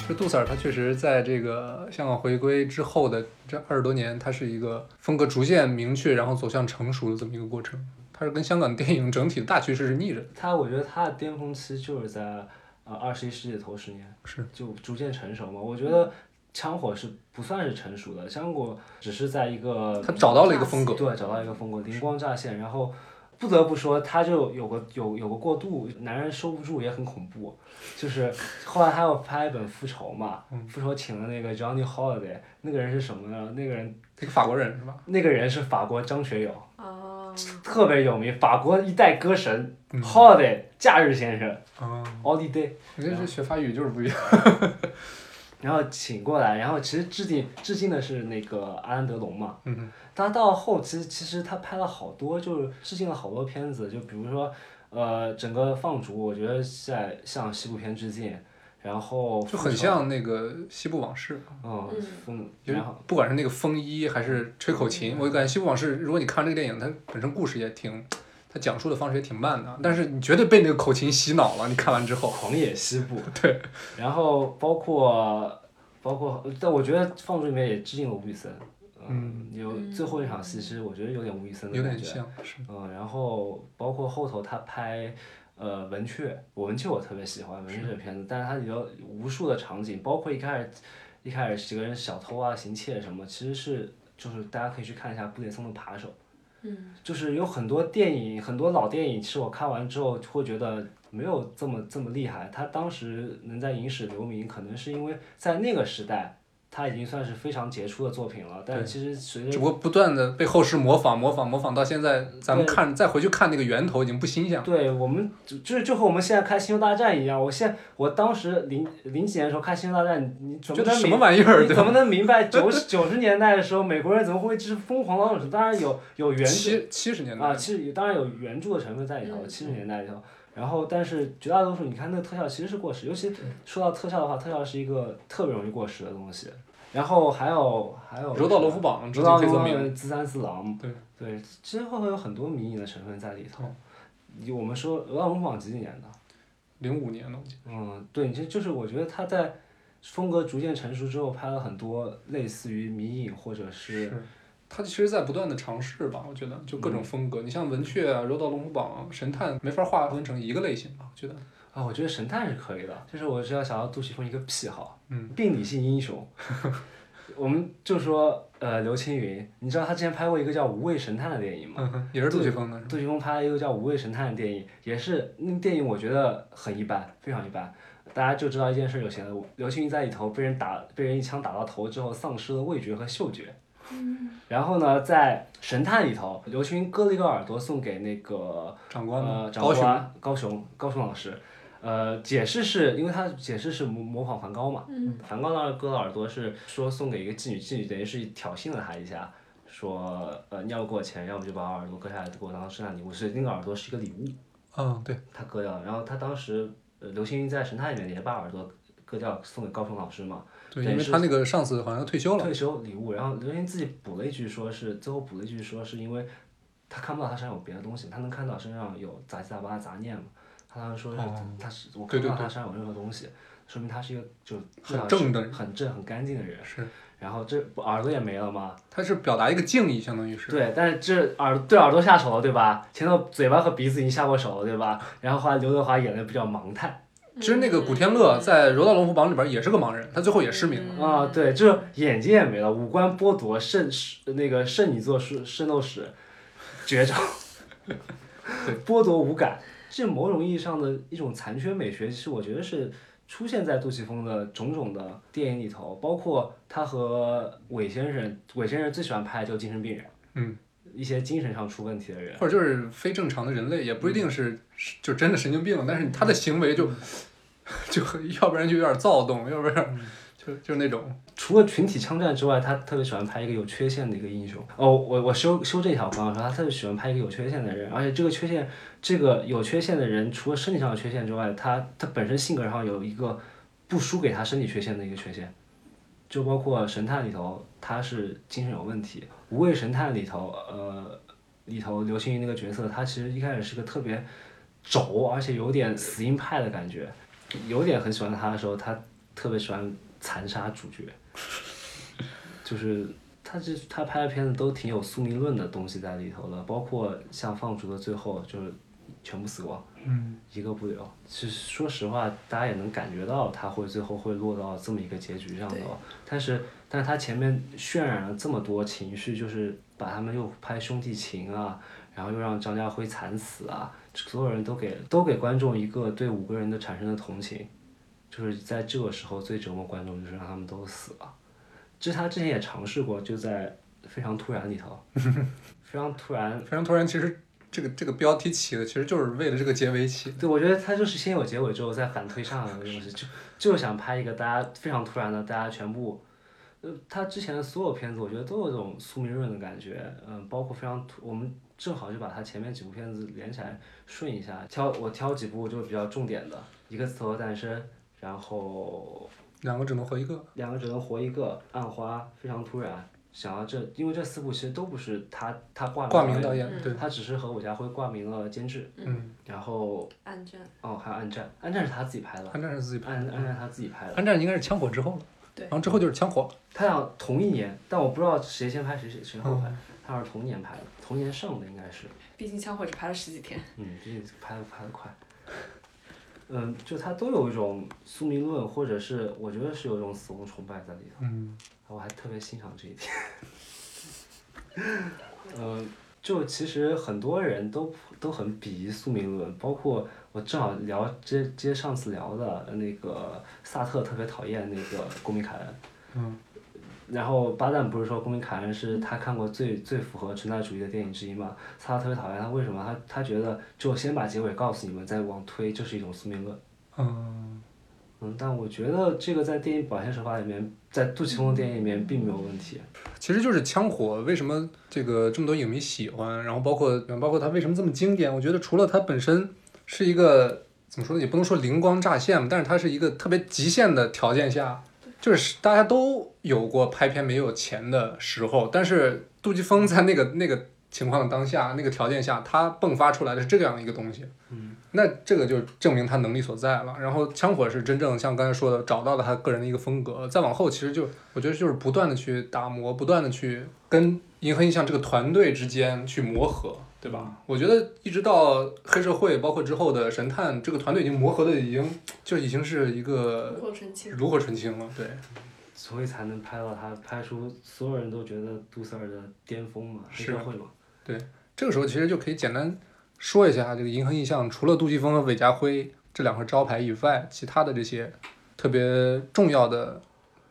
Speaker 2: 就杜塞尔，他确实在这个香港回归之后的这二十多年，他是一个风格逐渐明确，然后走向成熟的这么一个过程。它是跟香港电影整体的大趋势是逆着的。
Speaker 1: 他我觉得他的巅峰期就是在呃二十一世纪头十年，
Speaker 2: 是
Speaker 1: 就逐渐成熟嘛。我觉得枪火是不算是成熟的，枪火只是在一个
Speaker 2: 他找到了一个风格，
Speaker 1: 对，找到一个风格，灵光乍现。然后不得不说，他就有个有有个过渡，男人收不住也很恐怖。就是后来他又拍一本《复仇》嘛，
Speaker 2: 嗯
Speaker 1: 复仇》请了那个 Johnny Holiday，那个人是什么呢？那个人
Speaker 2: 一个法国人是吧？
Speaker 1: 那个人是法国张学友，
Speaker 2: 嗯
Speaker 3: 啊，
Speaker 1: 特别有名，法国一代歌神、Holiday
Speaker 2: 嗯
Speaker 1: 假日先生
Speaker 2: 啊，
Speaker 1: Holiday。
Speaker 2: 你这是学法语就是不一样。
Speaker 1: 然后请过来，然后其实致敬致敬的是那个阿兰德龙嘛。
Speaker 2: 嗯哼。
Speaker 1: 但到后期，其实他拍了好多，就是致敬了好多片子，就比如说，呃，整个《放逐》，我觉得在向西部片致敬，然后
Speaker 2: 就很，像那个《西部往事》，
Speaker 1: 嗯
Speaker 3: 嗯
Speaker 1: 嗯，
Speaker 2: 就是
Speaker 1: 然后
Speaker 2: 不管是那个风衣还是吹口
Speaker 1: 嗯
Speaker 2: 琴，我就感觉《西部往事》，如果你看这个电影，它本身故事也挺，它讲述的方式也挺慢的，但是你绝对被那个口琴洗脑了。你看完之后，
Speaker 1: 狂野西部， 对，然后包括包括，呃但我觉得《放逐》里面也致敬了吴宇森，嗯，有最后一场戏，其实我觉得有点吴宇森的
Speaker 2: 有
Speaker 1: 感觉，
Speaker 2: 点像是
Speaker 1: 嗯，然后包括后头他拍，呃，文雀，我文雀我特别喜欢文雀这片子，但是它里头无数的场景，包括一开始一开始几个人小偷啊、行窃什么，其实是就是大家可以去看一下布列松的扒手，
Speaker 3: 嗯，
Speaker 1: 就是有很多电影，很多老电影，其实我看完之后会觉得没有这么这么厉害，他当时能在影史留名，可能是因为在那个时代。他已经算是非常杰出的作品了，但是其实随着
Speaker 2: 只不过不断的被后世模仿、模仿、模仿，到现在咱们
Speaker 1: 对
Speaker 2: 看再回去看那个源头已经不新鲜了。
Speaker 1: 对我们就就是就和我们现在看《星球大战》一样，我现我当时零零几年的时候看《星球大战》，你你怎么
Speaker 2: 觉得
Speaker 1: 能
Speaker 2: 什么
Speaker 1: 明
Speaker 2: 玩意儿？
Speaker 1: 你怎
Speaker 2: 对吧？
Speaker 1: 么能明白九十九十年代的时候美国人怎么会就是疯狂到什么？当然有有原著
Speaker 2: 七七十年代
Speaker 1: 啊，其实当然有原著的成分在里头，
Speaker 3: 嗯
Speaker 1: 七十年代里头。然后，但是绝大多数你看那个特效其实是过时，尤其说到特效的话，特效是一个特别容易过时的东西。然后还有还有
Speaker 2: 柔道龙虎榜，直
Speaker 1: 知
Speaker 2: 接
Speaker 1: 道
Speaker 2: 黑
Speaker 1: 那
Speaker 2: 泽明。
Speaker 1: 个自三四郎，
Speaker 2: 对
Speaker 1: 对，其实会会有很多迷影的成分在里头。你我们说《鹅岛龙坊》几几年的？
Speaker 2: 零五年的，
Speaker 1: 嗯，对，这就是我觉得他在风格逐渐成熟之后，拍了很多类似于迷影或者是嗯
Speaker 2: 他其实在不断的尝试吧，我觉得就各种风格。你像文雀啊、柔道龙虎榜、神探，没法划分成一个类型吧？我觉得
Speaker 1: 啊，我觉得神探是可以的，就是我是要想到杜琪峰一个癖好，
Speaker 2: 嗯，
Speaker 1: 病理性英雄。 我们就说呃，刘青云，你知道他之前拍过一个叫《无畏神探》的电影吗？
Speaker 2: 嗯哼，也是杜琪峰的。
Speaker 1: 杜琪峰拍了一个叫《无畏神探》的电影，也是那个电影我觉得很一般，非常一般。大家就知道一件事就行了。刘青云在里头被人打，被人一枪打到头之后，丧失了味觉和嗅觉。然后呢，在神探里头，刘青云割了一个耳朵送给那个
Speaker 2: 长官
Speaker 1: 呃
Speaker 2: 嘛，
Speaker 1: 长
Speaker 2: 高
Speaker 1: 官
Speaker 2: 雄
Speaker 1: 高雄高雄老师，呃，解释是因为他解释是模模仿梵高嘛，梵高当时割了耳朵是说送给一个妓女，妓女等于是挑衅了他一下，说呃你要不给我钱，要不就把我耳朵割下来给我当圣诞礼物，是那个耳朵是一个礼物，
Speaker 2: 嗯，对，
Speaker 1: 他割掉了，然后他当时呃刘青云在神探里面也把耳朵割掉送给高雄老师嘛，
Speaker 2: 对，
Speaker 1: 对
Speaker 2: 因为
Speaker 1: 是
Speaker 2: 他那个上司好像退休了，
Speaker 1: 退休礼物，然后刘英自己补了一句，说是最后补了一句，说是因为他看不到他身上有别的东西，他能看到身上有杂七杂八的杂念嘛，他当时说是
Speaker 2: 哦
Speaker 1: 他是我
Speaker 2: 对
Speaker 1: 看不
Speaker 2: 对
Speaker 1: 到
Speaker 2: 对
Speaker 1: 他身上有任何东西，说明他是一啊个就
Speaker 2: 很正的人
Speaker 1: 很正很干净的人。
Speaker 2: 是，
Speaker 1: 然后这不耳朵也没了吗？
Speaker 2: 他是表达一个敬意，相当于是。
Speaker 1: 对，但是这耳对耳朵下手了，对吧？前头嘴巴和鼻子已经下过手了，对吧？然后后来刘德华演的比较盲态。
Speaker 2: 其实那个古天乐在《柔道龙虎榜》里边也是个盲人，他最后也失明了。
Speaker 1: 啊，对，就是眼睛也没了，五官剥夺，圣那个圣女座圣圣斗士绝招
Speaker 2: 对，
Speaker 1: 剥夺五感，这某种意义上的一种残缺美学，其实我觉得是出现在杜琪峰的种种的电影里头，包括他和韦先生，韦先生最喜欢拍的就是精神病人，
Speaker 2: 嗯，
Speaker 1: 一些精神上出问题的人，
Speaker 2: 或者就是非正常的人类，也不一
Speaker 1: 嗯
Speaker 2: 定是是就真的神经病，但是他的行为就 就要不然就有点躁动，要不然
Speaker 1: 嗯
Speaker 2: 就就那种
Speaker 1: 除了群体枪战之外，他特别喜欢拍一个有缺陷的一个英雄。哦，我我修修正一下我刚刚说，他特别喜欢拍一个有缺陷的人，而且这个缺陷，这个有缺陷的人，除了身体上的缺陷之外，他他本身性格上有一个不输给他身体缺陷的一个缺陷，就包括神探里头呃他是精神有问题，无畏神探里头呃里头刘青云那个角色，他其实一开始是个特别轴，而且有点死硬派的感觉，有点很喜欢他的时候，他特别喜欢残杀主角。就是他这他拍的片子都挺有宿命论的东西在里头的，包括像《放逐》的最后就是全部死光，嗯，一个不留。其实说实话，大家也能感觉到他会最后会落到这么一个结局上的哦，但是但是他前面渲染了这么多情绪，就是把他们又拍兄弟情啊，然后又让张家辉惨死啊，所有人都给都给观众一个对五个人的产生的同情。就是在这个时候最折磨观众，就是让他们都死了。这是他之前也尝试过，就在《非常突然》里头，非常突然。
Speaker 2: 非常突然。其实这个这个标题起的其实就是为了这个结尾起的。
Speaker 1: 对，我觉得他就是先有结尾之后再反推上来的东西，就就是想拍一个大家非常突然的，大家全部，呃，他之前的所有片子我觉得都有这种宿命论的感觉，嗯、包括非常突，我们正好就把他前面几部片子连起来顺一下，挑我挑几部就是比较重点的，一个《刺头的诞生》，然后
Speaker 2: 两个只能活一个，
Speaker 1: 两个只能活一个，暗花非常突然。想要这，因为这四部其实都不是他他挂
Speaker 2: 挂
Speaker 1: 名
Speaker 2: 名
Speaker 1: 导
Speaker 2: 导
Speaker 1: 演，
Speaker 2: 演对。
Speaker 1: 他只是和韦家辉挂名了监制。嗯。然后
Speaker 3: 按这
Speaker 1: 哦，还有暗战，暗战是他自己拍的，
Speaker 2: 安战是自己拍，
Speaker 1: 暗暗战是他自己拍的。
Speaker 2: 安战应该是枪火之后了，
Speaker 3: 对
Speaker 2: 然后之后就是枪火了，
Speaker 1: 他俩同一年，但我不知道谁先拍谁谁谁后拍，
Speaker 2: 嗯
Speaker 1: 他俩是同年拍的，同年上的应该是。
Speaker 3: 毕竟枪火只拍了十几天，
Speaker 1: 嗯，毕竟拍的拍的快。嗯，就他都有一种宿命论，或者是我觉得是有一种死亡崇拜在里头。
Speaker 2: 嗯，
Speaker 1: 我还特别欣赏这一点。嗯、就其实很多人都都很鄙夷宿命论，包括我正好聊接接上次聊的那个萨特特别讨厌那个公民凯恩。嗯。然后巴旦不是说公民凯恩是他看过最最符合存在主义的电影之一嘛？萨特特别讨厌他，为什么？他他觉得只有先把结尾告诉你们，再往推，这是一种宿命论。
Speaker 2: 嗯，
Speaker 1: 嗯，但我觉得这个在电影表现手法里面，在杜琪峰的电影里面并没有问题。
Speaker 2: 其实就是枪火为什么这个这么多影迷喜欢，然后包括包括它为什么这么经典，我觉得除了它本身是一个怎么说呢，也不能说灵光乍现吧，但是它是一个特别极限的条件下，就是大家都有过拍片没有钱的时候，但是杜琪峰在那个那个情况的当下，那个条件下，他迸发出来的是这样一个东西，嗯，那这个就证明他能力所在了。然后枪火是真正像刚才说的，找到了他个人的一个风格，再往后其实就我觉得就是不断的去打磨，不断的去跟银河印象这个团队之间去磨合，对吧？我觉得一直到黑社会，包括之后的神探，这个团队已经磨合的已经就已经是一个
Speaker 3: 破纯青。
Speaker 2: 炉火纯青了，对。
Speaker 1: 所以才能拍到他拍出所有人都觉得杜 Sir 的巅峰嘛，黑
Speaker 2: 是啊
Speaker 1: 社会嘛。
Speaker 2: 这个时候其实就可以简单说一下这个银河印象，除了杜琪峰和韦家辉这两块招牌以外，其他的这些特别重要的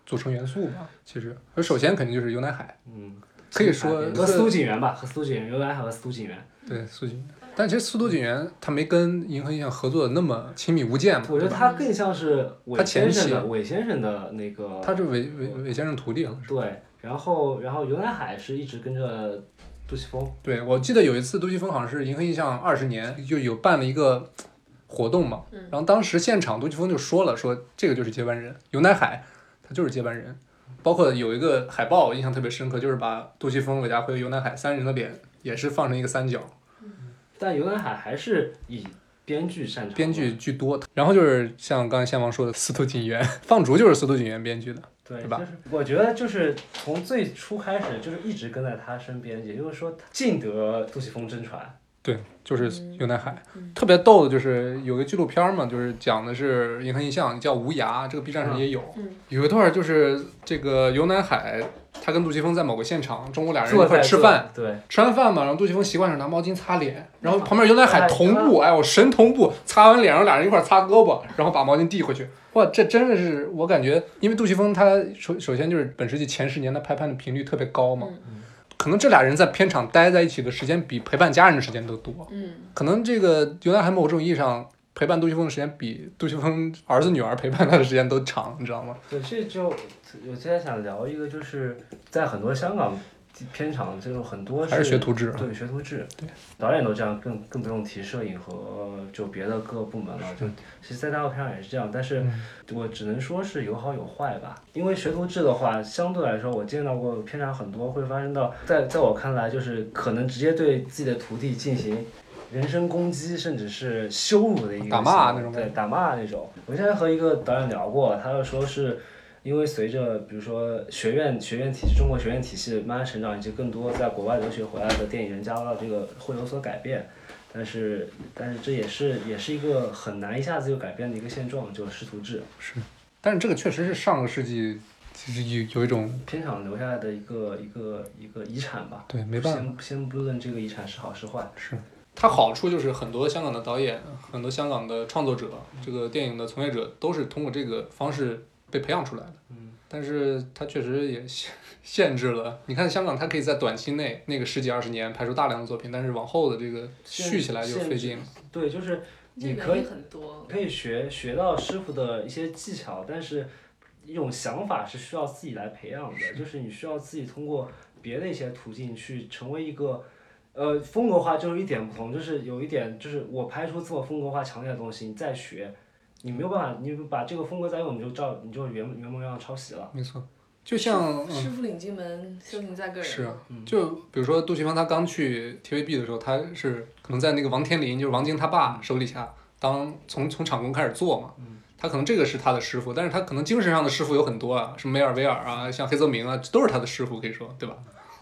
Speaker 2: 组成元素吧。其实，而首先肯定就是游乃海，
Speaker 1: 嗯，
Speaker 2: 可以说
Speaker 1: 和苏锦源吧，和苏锦源，原来和苏锦源，
Speaker 2: 对苏锦，但其实苏都锦源他没跟银河印象合作的那么亲密无间嘛，
Speaker 1: 我觉
Speaker 2: 对
Speaker 1: 得
Speaker 2: 吧？
Speaker 1: 他更像是
Speaker 2: 他
Speaker 1: 韦先
Speaker 2: 前期
Speaker 1: 生的韦先生的那个。
Speaker 2: 他是韦韦韦先生徒弟了。
Speaker 1: 对，然后然后游乃海是一直跟着杜琪峰，
Speaker 2: 对，我记得有一次杜琪峰好像是银河印象二十年，就有办了一个活动嘛，然后当时现场杜琪峰就说了，说这个就是接班人，游乃海，他他就是接班人。包括有一个海报，我印象特别深刻，就是把杜琪峰、韦家辉、尤南海三人的脸也是放成一个三角，
Speaker 1: 但游南海还是以编剧擅长。
Speaker 2: 编剧居多。然后就是像刚才先王说的司徒锦源，放逐就是司徒锦源编剧的。
Speaker 1: 对，
Speaker 2: 是吧
Speaker 1: 就是我觉得就是从最初开始就是一直跟在他身边，也就是说他尽得杜琪峰真传。
Speaker 2: 对，就是尤南海。特别逗的就是有个纪录片嘛，就是讲的是《银河印象》，叫《无涯》，这个 B 站上也有。
Speaker 4: 嗯
Speaker 2: 有一段就是这个尤南海，他跟杜琪峰在某个现场，中午俩人一
Speaker 1: 坐
Speaker 2: 块
Speaker 1: 在
Speaker 2: 儿吃
Speaker 1: 这
Speaker 2: 饭，，
Speaker 1: 对，
Speaker 2: 吃完饭嘛，然后杜琪峰习惯上拿毛巾擦脸，然后旁边尤乃海同
Speaker 1: 啊
Speaker 2: 步，哎呦神同步，擦完脸，然后俩人一块儿擦胳膊，然后把毛巾递回去。哇，这真的是我感觉，因为杜琪峰他首首先就是本世纪前十年他拍片的频率特别高嘛，可能这俩人在片场待在一起的时间比陪伴家人的时间都多，
Speaker 4: 嗯，
Speaker 2: 可能这个尤乃海某种意义上陪伴杜琪峰的时间比杜琪峰儿子女儿陪伴他的时间都长，你知道吗？
Speaker 1: 对，这就我现在想聊一个，就是在很多香港片场，这种很多
Speaker 2: 还是学啊徒制，
Speaker 1: 对学徒制，对导演都这样，更更不用提摄影和就别的各个部门了。就其实，在大陆片上也是这样，但是我只能说是有好有坏吧。因为学徒制的话，相对来说，我见到过片场很多会发生到，在在我看来，就是可能直接对自己的徒弟进行。人身攻击，甚至是羞辱的一个
Speaker 2: 打骂
Speaker 1: 行为
Speaker 2: 那种
Speaker 1: 对打骂那种。我之前和一个导演聊过，他就说是因为随着比如说学院学院体系，中国学院体系慢慢成长，以及更多在国外留学回来的电影人加入到这个会有所改变，但是但是这也是也是一个很难一下子就改变的一个现状，就是师徒制
Speaker 2: 但是这个确实是上个世纪就是有有一种
Speaker 1: 片场留下来的一个一个一个遗产吧。
Speaker 2: 对没办法。
Speaker 1: 先先不论这个遗产是好是坏，
Speaker 2: 它好处就是很多香港的导演、很多香港的创作者、这个电影的从业者都是通过这个方式被培养出来的。嗯，但是它确实也限限制了。你看香港，它可以在短期内那个十几二十年拍出大量的作品，但是往后的这个
Speaker 1: 限
Speaker 2: 续起来就
Speaker 1: 限
Speaker 2: 费
Speaker 1: 制
Speaker 2: 劲了。
Speaker 1: 对，就是
Speaker 3: 这
Speaker 1: 你可
Speaker 3: 原
Speaker 1: 以
Speaker 3: 因很多。
Speaker 1: 可以学学到师傅的一些技巧，但是一种想法是需要自己来培养的，就是你需要自己通过别的一些途径去成为一个，呃，风格化就是一点不同，就是有一点就是我拍出这么风格化强烈的东西，你再学，你没有办法，你把这个风格再用，你就照你就原原模原样抄袭了。
Speaker 2: 没错，就像呃嗯
Speaker 3: 师傅领进门，修行在个人。
Speaker 2: 是，啊
Speaker 1: 嗯
Speaker 2: 就比如说杜琪峰他刚去 TVB 的时候，他是可能在那个王天林，就是王晶他
Speaker 1: 嗯
Speaker 2: 爸手底下当从从厂工开始做嘛。他可能这个是他的师傅，但是他可能精神上的师傅有很多啊，什么梅尔维尔啊，像黑泽明啊，这都是他的师傅，可以说对吧？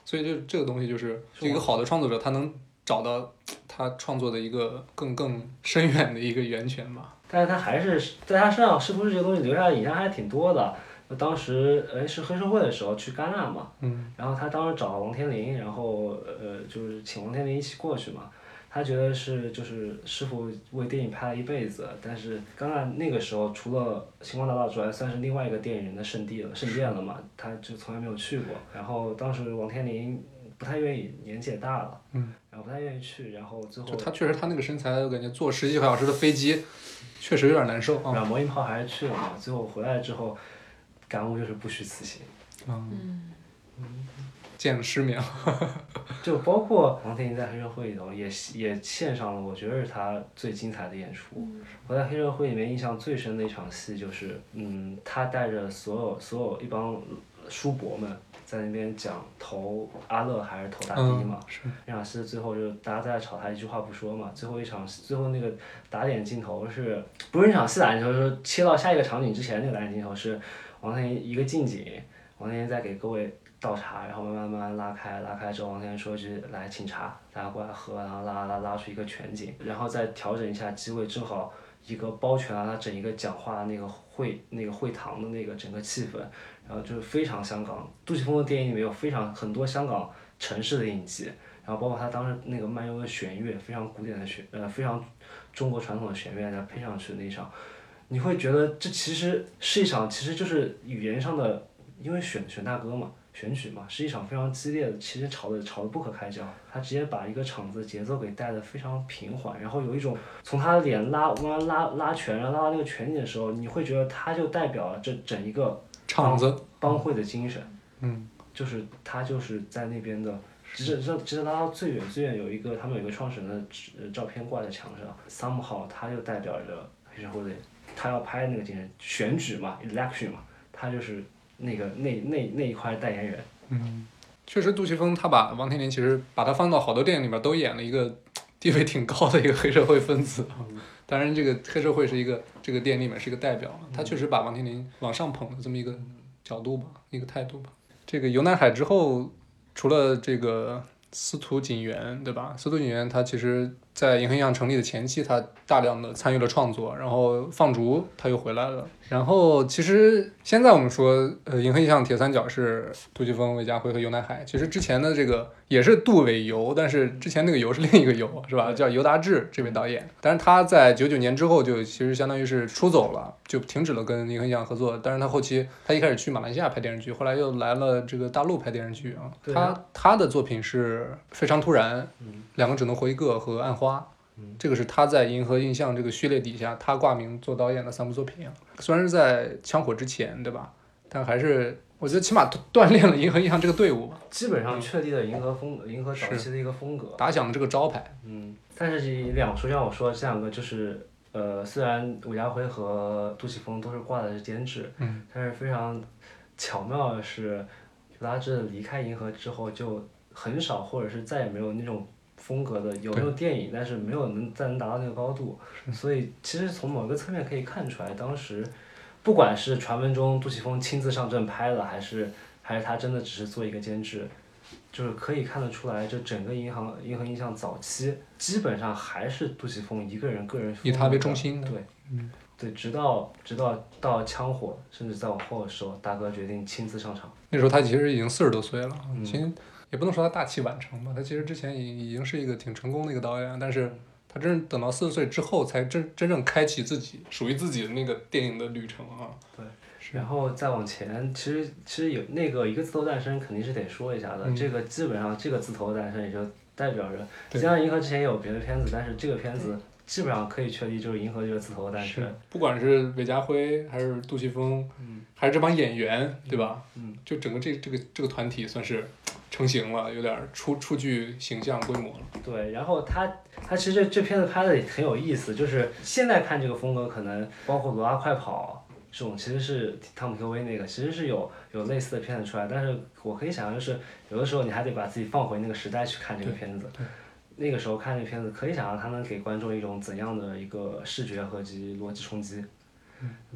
Speaker 2: 所以就这个东西就是
Speaker 1: 是
Speaker 2: 一个好的创作者，他能找到他创作的一个更更深远的一个源泉吧。
Speaker 1: 但是他还是在他身上师徒制这个东西留下的影像还挺多的。那当时哎是黑社会的时候去戛纳嘛，
Speaker 2: 嗯
Speaker 1: 然后他当时找王天林，然后呃就是请王天林一起过去嘛。他觉得是就是师傅为电影拍了一辈子，但是戛纳那个时候除了星光大道之外，算是另外一个电影人的圣地了，圣殿了嘛，他就从来没有去过。然后当时王天林不太愿意，年纪也大了，
Speaker 2: 嗯，
Speaker 1: 然后不太愿意去，然后最后
Speaker 2: 就他确实他那个身材，我感觉坐十几个小时的飞机，确实有点难受啊。
Speaker 1: 然后魔音炮还是去了嘛，最后回来之后，感悟就是不虚此行。
Speaker 2: 见了失眠，
Speaker 1: 就包括王天林在黑社会里头也也献上了，我觉得是他最精彩的演出。我在黑社会里面印象最深的一场戏就是，嗯，他带着所有所有一帮叔伯们在那边讲投阿乐还是投大迪嘛
Speaker 2: 嗯，，是
Speaker 1: 那场戏最后就大家在吵，他一句话不说嘛。最后一场最后那个打脸镜头是，不是那场戏打脸镜头，是切到下一个场景之前那个打脸镜头是王天一个近景，王天在给各位倒茶，然后慢慢慢慢拉开，拉开之后王天说一句来请茶，大家过来喝，然后拉拉拉出一个全景，然后再调整一下机位，正好一个包全了他整一个讲话的那个会那个会堂的那个整个气氛，然后就是非常香港。杜琪峰的电影里面有非常很多香港城市的印记。然后包括他当时那个慢悠悠的弦乐，非常古典的弦，呃，非常中国传统的弦乐，然后配上去那一场，你会觉得这其实是一场，其实就是语言上的，因为选选大哥嘛，选曲嘛，是一场非常激烈的，其实吵得吵得不可开交。他直接把一个场子的节奏给带得非常平缓，然后有一种从他的脸拉拉拉拉拳，然后拉到那个拳击的时候，你会觉得他就代表了这整一个
Speaker 2: 场子
Speaker 1: 帮会的精神。
Speaker 2: 嗯，
Speaker 1: 就是他就是在那边的，直至直直至拉到最远最远有一个他们有一个创始人的呃照片挂在墙上，somehow 他就代表着黑社会的，他要拍那个精神选举嘛，election 嘛，他就是那个那那那一块代言人。
Speaker 2: 嗯，确实，杜琪峰他把王天林其实把他放到好多电影里边都演了一个地位挺高的一个黑社会分子。当然，这个黑社会是一个这个电影里面是一个代表，他确实把王天林往上捧的这么一个角度吧，一个态度吧。这个游南海之后，除了这个司徒景元，对吧？司徒景元他其实在银河印象成立的前期，他大量的参与了创作，然后放逐他又回来了。然后其实现在我们说，呃，银河印象铁三角是杜琪峰、韦家辉和游南海。其实之前的这个也是杜伟游，但是之前那个游是另一个游，是吧？叫尤达志这位导演，但是他在九九年之后就其实相当于是出走了，就停止了跟银河印象合作。但是他后期他一开始去马来西亚拍电视剧，后来又来了这个大陆拍电视剧啊。
Speaker 1: 对啊
Speaker 2: 他他的作品是非常突然，
Speaker 1: 嗯
Speaker 2: 两个只能活一个和暗花
Speaker 1: 嗯。
Speaker 2: 这个是他在银河印象这个序列底下，他挂名做导演的三部作品啊。虽然是在枪火之前，对吧？但还是我觉得起码锻锻炼了银河印象这个队伍吧，
Speaker 1: 基本上确立了银河风银河早期的一个风格。
Speaker 2: 打响了这个招牌。
Speaker 1: 嗯，但是这两说像我说这两个就是，呃，虽然韦家辉和杜琪峰都是挂的是监制，
Speaker 2: 嗯，
Speaker 1: 但是非常巧妙的是，尤达志离开银河之后就很少或者是再也没有那种风格的，有那种电影，但是没有能再能达到那个高度，所以其实从某个侧面可以看出来，当时不管是传闻中杜琪峰亲自上阵拍了，还是还是他真的只是做一个监制，就是可以看得出来，这整个银行银河印象早期基本上还是杜琪峰一个人个人
Speaker 2: 以他为中
Speaker 1: 心。
Speaker 2: 心的，嗯
Speaker 1: 对，对，直到直到到枪火，甚至再往后的时候，大哥决定亲自上场。
Speaker 2: 那时候他其实已经四十多岁了，
Speaker 1: 嗯
Speaker 2: 其实也不能说他大器晚成吧，他其实之前已已经是一个挺成功的一个导演，但
Speaker 1: 嗯
Speaker 2: 是他真是等到四十岁之后才真真正开启自己属于自己的那个电影的旅程啊。是
Speaker 1: 然后再往前，其实其实有那个一个字头诞生，肯定是得说一下的。
Speaker 2: 嗯
Speaker 1: 这个基本上这个字头诞生也就代表着，
Speaker 2: 对
Speaker 1: 虽然银河之前也有别的片子，但是这个片子基本上可以确立就是银河这个字头的诞生。，
Speaker 2: 不管是韦家辉还是杜琪峰，还是这帮演员，对吧？
Speaker 1: 嗯，
Speaker 2: 就整个这这个这个团体算是成型了，有点儿出出具形象规模了。
Speaker 1: 对，然后他他其实这这片子拍的也很有意思，就是现在看这个风格，可能包括《罗拉快跑》这种，其实是汤姆克威那个，其实是有有类似的片子出来，但是我可以想象就是，有的时候你还得把自己放回那个时代去看这个片子。那个时候看这个片子，可以想象它能给观众一种怎样的一个视觉和及逻辑冲击。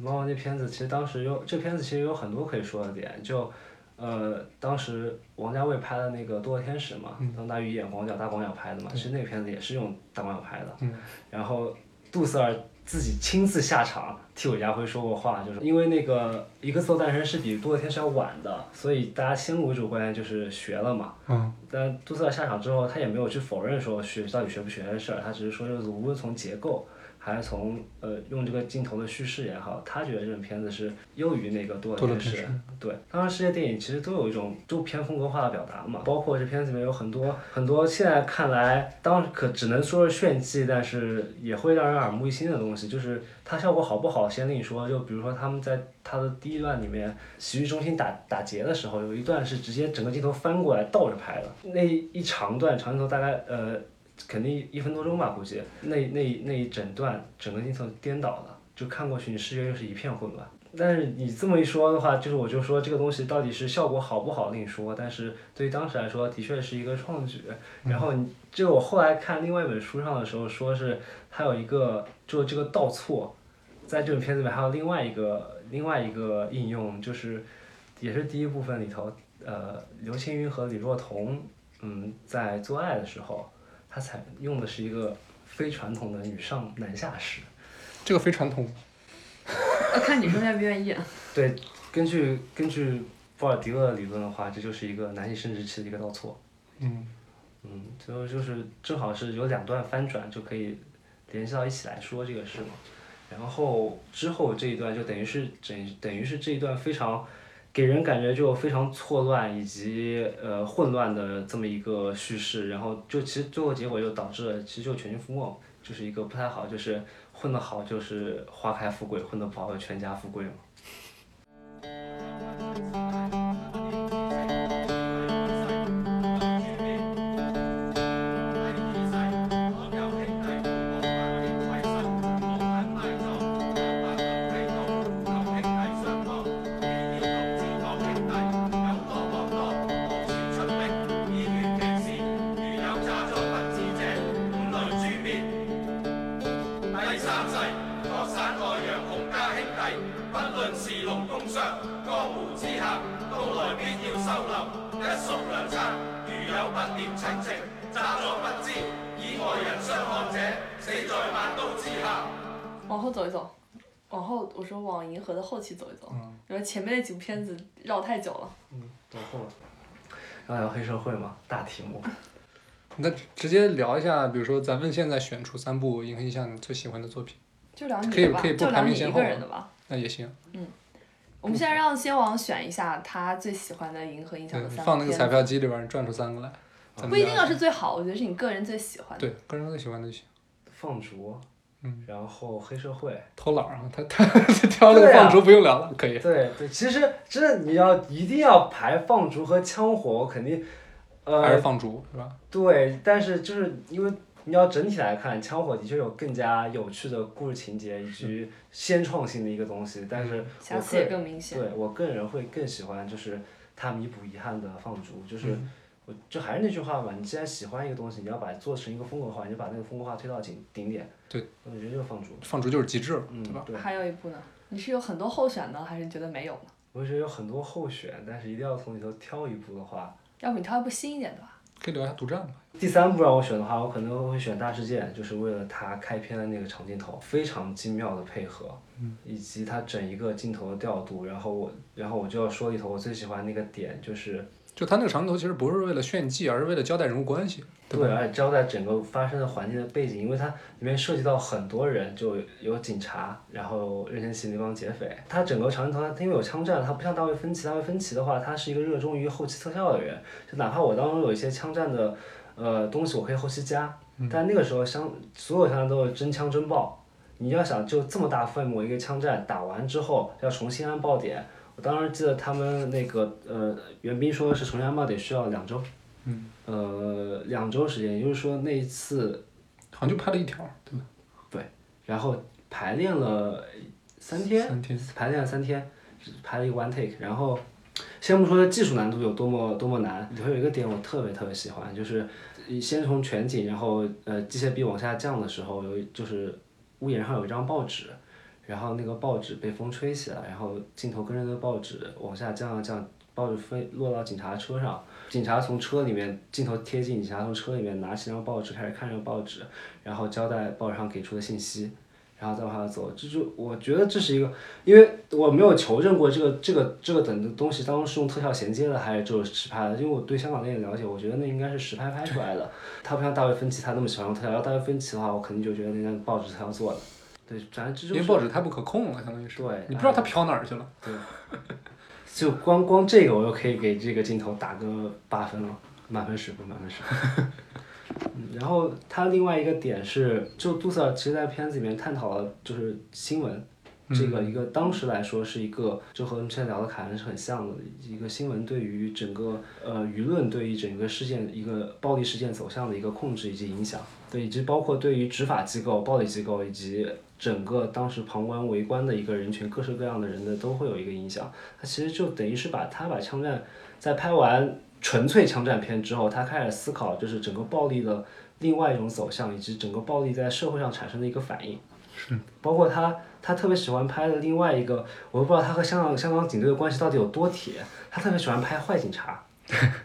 Speaker 1: 包括那片子，其实当时有这片子其实有很多可以说的点，就呃，当时王家卫拍的那个《堕落天使》嘛，张大宇演广角大广角拍的嘛，其实那个片子也是用大广角拍的。然后杜塞尔自己亲自下场替韦家辉说过话，就是因为那个《一个错诞生》是比《堕落天使》要晚的，所以大家先入为主观念就是学了嘛。
Speaker 2: 嗯，
Speaker 1: 但杜塞尔下场之后，他也没有去否认说学到底学不学的事儿，他只是说就是无论从结构。还是从呃用这个镜头的叙事也好，他觉得这种片子是优于那个《堕落
Speaker 2: 多了
Speaker 1: 天
Speaker 2: 平
Speaker 1: 使》
Speaker 2: 时，
Speaker 1: 对，当时世界电影其实都有一种就偏风格化的表达嘛，包括这片子里面有很多很多现在看来，当时可只能说是炫技，但是也会让人耳目一新的东西。就是它效果好不好，先另说。就比如说他们在他的第一段里面，洗浴中心打打劫的时候，有一段是直接整个镜头翻过来倒着拍的，那一长段长镜头大概呃肯定一分多钟吧，估计那那那一整段整个镜头颠倒了，就看过去你视觉又是一片混乱。但是你这么一说的话，就是我就说这个东西到底是效果好不好另说，但是对于当时来说，的确是一个创举。然后你这个我后来看另外一本书上的时候，说是它有一个就这个倒错，在这种片子里面还有另外一个另外一个应用，就是也是第一部分里头，呃，刘青云和李若彤，嗯，在做爱的时候。他采用的是一个非传统的女上男下式。
Speaker 2: 这个非传统。
Speaker 3: 要哦看女生愿不愿意。
Speaker 1: 对，根据根据波尔迪厄的理论的话，这就是一个男性生殖器的一个倒错。
Speaker 2: 嗯，
Speaker 1: 嗯，最后就是正好是有两段翻转，就可以联系到一起来说这个事嘛。然后之后这一段就等于是等等于是这一段非常给人感觉就非常错乱以及呃混乱的这么一个叙事，然后就其实最后结果就导致了其实就全军覆没，就是一个不太好，就是混得好就是花开富贵，混得不好就全家富贵嘛。
Speaker 5: Hãy subscribe cho kênh Ghiền Mì Gõ Để không bỏ lỡ 不念親情，詐作不知，以外人傷害者，死在萬刀之下。
Speaker 3: 往后走一走，往后我说往银河的后期走一走，
Speaker 2: 嗯
Speaker 3: 因为前面那几部片子绕太久了。
Speaker 1: 走后了。要聊黑社会嘛，大题目。
Speaker 2: 那直接聊一下，比如说咱们现在选出三部影响你最喜欢的作品，
Speaker 3: 就聊你
Speaker 2: 可以
Speaker 3: 的吧，
Speaker 2: 可以不
Speaker 3: 就
Speaker 2: 排
Speaker 3: 聊
Speaker 2: 名
Speaker 3: 你
Speaker 2: 先
Speaker 3: 一
Speaker 2: 后
Speaker 3: 个人
Speaker 2: 吗
Speaker 3: 的吧。
Speaker 2: 那也行。
Speaker 3: 我们现在让先王选一下他最喜欢的银河印象
Speaker 2: 对
Speaker 3: 的，三
Speaker 2: 放
Speaker 3: 部
Speaker 2: 那个
Speaker 3: 片
Speaker 2: 彩
Speaker 3: 子
Speaker 2: 票机里边转出三
Speaker 1: 啊
Speaker 2: 个来，咱们
Speaker 3: 不一
Speaker 2: 聊
Speaker 3: 定要是最好，我觉得是你个人最喜欢的。
Speaker 2: 对个人最喜欢的就行。
Speaker 1: 放逐，
Speaker 2: 嗯，
Speaker 1: 然后黑社会，
Speaker 2: 偷懒儿啊，他他他挑那个
Speaker 3: 啊
Speaker 2: 放逐不用聊了，可以。
Speaker 1: 对对，其实真的你要一定要排放逐和枪火，我肯定，
Speaker 2: 还是
Speaker 1: 呃，
Speaker 2: 放逐是吧？
Speaker 1: 对，但是就是因为你要整体来看，枪火的确有更加有趣的故事情节以及先创新的一个东西，但是
Speaker 3: 瑕
Speaker 1: 我
Speaker 3: 疵
Speaker 1: 个
Speaker 3: 也
Speaker 1: 人
Speaker 3: 更明显。
Speaker 1: 对我个人会更喜欢就是他弥补遗憾的放逐，就是。
Speaker 2: 嗯
Speaker 1: 我就还是那句话吧，你既然喜欢一个东西，你要把它做成一个风格化，你就把那个风格化推到顶顶点。
Speaker 2: 对，
Speaker 1: 我觉得就是放逐，
Speaker 2: 放逐就是极致了，
Speaker 1: 嗯，
Speaker 2: 对吧？
Speaker 1: 对。
Speaker 3: 还有一部呢，你是有很多候选呢，还是你觉得没有呢？
Speaker 1: 我觉得有很多候选，但是一定要从里头挑一部的话，
Speaker 3: 要不你挑一部新一点的吧？
Speaker 2: 可以聊一下独占吧。
Speaker 1: 第三部让我选的话，我可能会选《大事件》，就是为了它开篇的那个长镜头，非常精妙的配合，
Speaker 2: 嗯
Speaker 1: 以及它整一个镜头的调度。然后我，然后我就要说里头我最喜欢那个点，就是
Speaker 2: 就他那个长头其实不是为了炫技，而是为了交代人物关系，对吧？
Speaker 1: 对，而且交代整个发生的环境的背景，因为它里面涉及到很多人，就有警察，然后任贤齐那帮劫匪。它整个长镜头，它因为有枪战，它不像大卫芬奇，大卫芬奇的话，他是一个热衷于后期特效的人，就哪怕我当中有一些枪战的呃东西，我可以后期加，
Speaker 2: 嗯
Speaker 1: 但那个时候相所有枪战都是真枪真爆。你要想就这么大规模一个枪战打完之后，要重新按爆点。我当时记得他们那个呃袁斌说是重新按爆点需要两周。呃，两周时间，也就是说那一次，
Speaker 2: 好像就拍了一
Speaker 1: 啊
Speaker 2: 条，对吧？
Speaker 1: 然后排练了三天，
Speaker 2: 三天，
Speaker 1: 排练了三天，只排了一个 one take。然后，先不说技术难度有多么多么难，里头有一个点我特别特别喜欢，就是先从全景，然后呃机械臂往下降的时候，有一就是屋檐上有一张报纸，然后那个报纸被风吹起来，然后镜头跟着那个报纸往下降啊降，报纸飞落到警察车上，警察从车里面镜头贴近警察从车里面拿起那张报纸开始看这个报纸，然后交代报纸上给出的信息。然后再往下走，这就我觉得这是一个，因为我没有求证过这个这个这个等的东西当中是用特效衔接的还是就是实拍的，因为我对香港电影了解，我觉得那应该是实拍拍出来的。他不像大卫芬奇，他那么喜欢用特效，要大卫芬奇的话，我肯定就觉得那张报纸特效做的。对，反正这
Speaker 2: 因
Speaker 1: 就是
Speaker 2: 为报纸太不可控了，相当于是。
Speaker 1: 对哎
Speaker 2: 你不知道它飘哪儿去了。
Speaker 1: 就光光这个，我就可以给这个镜头打个八分了，满分十分，满分十分。 嗯然后他另外一个点是，就杜塞尔其实，在片子里面探讨了就是新闻，这个一个当时来说是一个，就和我们现在聊的凯恩是很像的一个新闻对于整个呃舆论对于整个事件一个暴力事件走向的一个控制以及影响，对，以及包括对于执法机构、暴力机构以及整个当时旁观围观的一个人群，各式各样的人的都会有一个影响。他其实就等于是把他把枪战在拍完纯粹枪战片之后，他开始思考就是整个暴力的另外一种走向，以及整个暴力在社会上产生的一个反应。是，包括他他特别喜欢拍的另外一个，我都不知道他和香港香港警队的关系到底有多铁，他特别喜欢拍坏警察。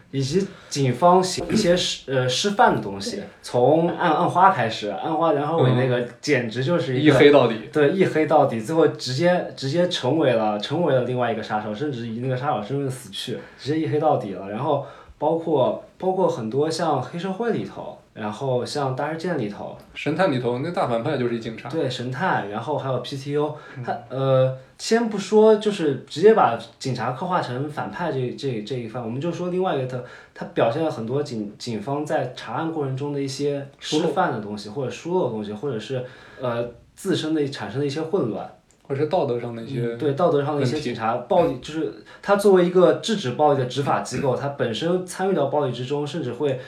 Speaker 1: 以及警方行一些示呃示范的东西，从暗暗花开始，暗花梁朝伟那个简直就是一
Speaker 2: 一
Speaker 1: 个
Speaker 2: 黑到底。
Speaker 1: 对，一黑到底，最后直接直接成为了成为了另外一个杀手，甚至以那个杀手身份死去，直接一黑到底了。然后包括包括很多像黑社会里头，然后像大事件里头，
Speaker 2: 神探里头那大反派就是一警察，嗯
Speaker 1: 对神探，然后还有 PTU，他呃，先不说就是直接把警察刻画成反派这这这一番，我们就说另外一个他他表现了很多警警方在查案过程中的一些示范的东西，或者疏漏的东西，或者是呃自身的产生的一些混乱。
Speaker 2: 或者是道德上的一些。
Speaker 1: 嗯对道德上的一些
Speaker 2: 问题嗯
Speaker 1: 警察暴力，就是他作为一个制止暴力的执法机构，他本身参与到暴力之中，甚至会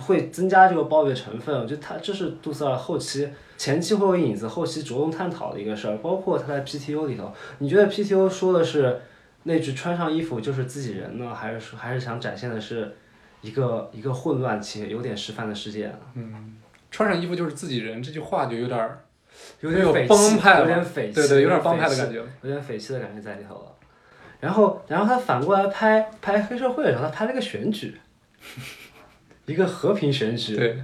Speaker 1: 会增加这个暴力的成分。我觉得他这是杜塞尔后期前期会有影子，后期着重探讨的一个事儿。包括他在 PTO 里头，你觉得 PTO 说的是那句穿上衣服就是自己人呢，还是说还是想展现的是一个一个混乱且有点失范的世界呢？
Speaker 2: 穿上衣服就是自己人，这句话就有点儿，
Speaker 1: 有点
Speaker 2: 有
Speaker 1: 匪
Speaker 2: 帮
Speaker 1: 气，
Speaker 2: 派
Speaker 1: 有
Speaker 2: 了
Speaker 1: 点匪气，
Speaker 2: 对对，有点帮
Speaker 1: 匪
Speaker 2: 派的
Speaker 1: 气
Speaker 2: 感觉。
Speaker 1: 有点匪气的感觉在里头了。然后，然后他反过来拍拍黑社会的时候，他拍了个选举，一个和平选举。
Speaker 2: 对，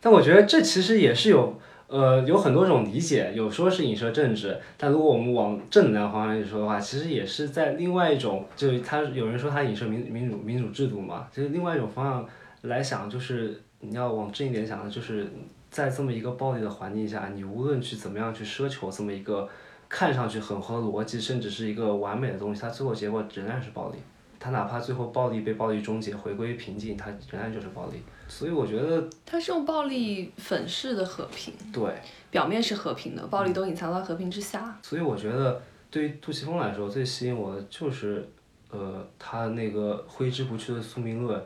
Speaker 1: 但我觉得这其实也是有呃有很多种理解，有说是影射政治，但如果我们往正能量方向去说的话，其实也是在另外一种，就是他有人说他影射民民主民主制度嘛，就是另外一种方向来想，就是你要往正一点想，就是在这么一个暴力的环境下，你无论去怎么样去奢求这么一个看上去很合逻辑，甚至是一个完美的东西，它最后结果仍然是暴力。它哪怕最后暴力被暴力终结，回归平静，它仍然就是暴力。所以我觉得
Speaker 3: 它是用暴力粉饰的和平，
Speaker 1: 对。
Speaker 3: 表面是和平的，暴力都隐藏在和平之下。
Speaker 1: 所以我觉得，对于杜琪峰来说，最吸引我的就是，呃，他那个挥之不去的宿命论，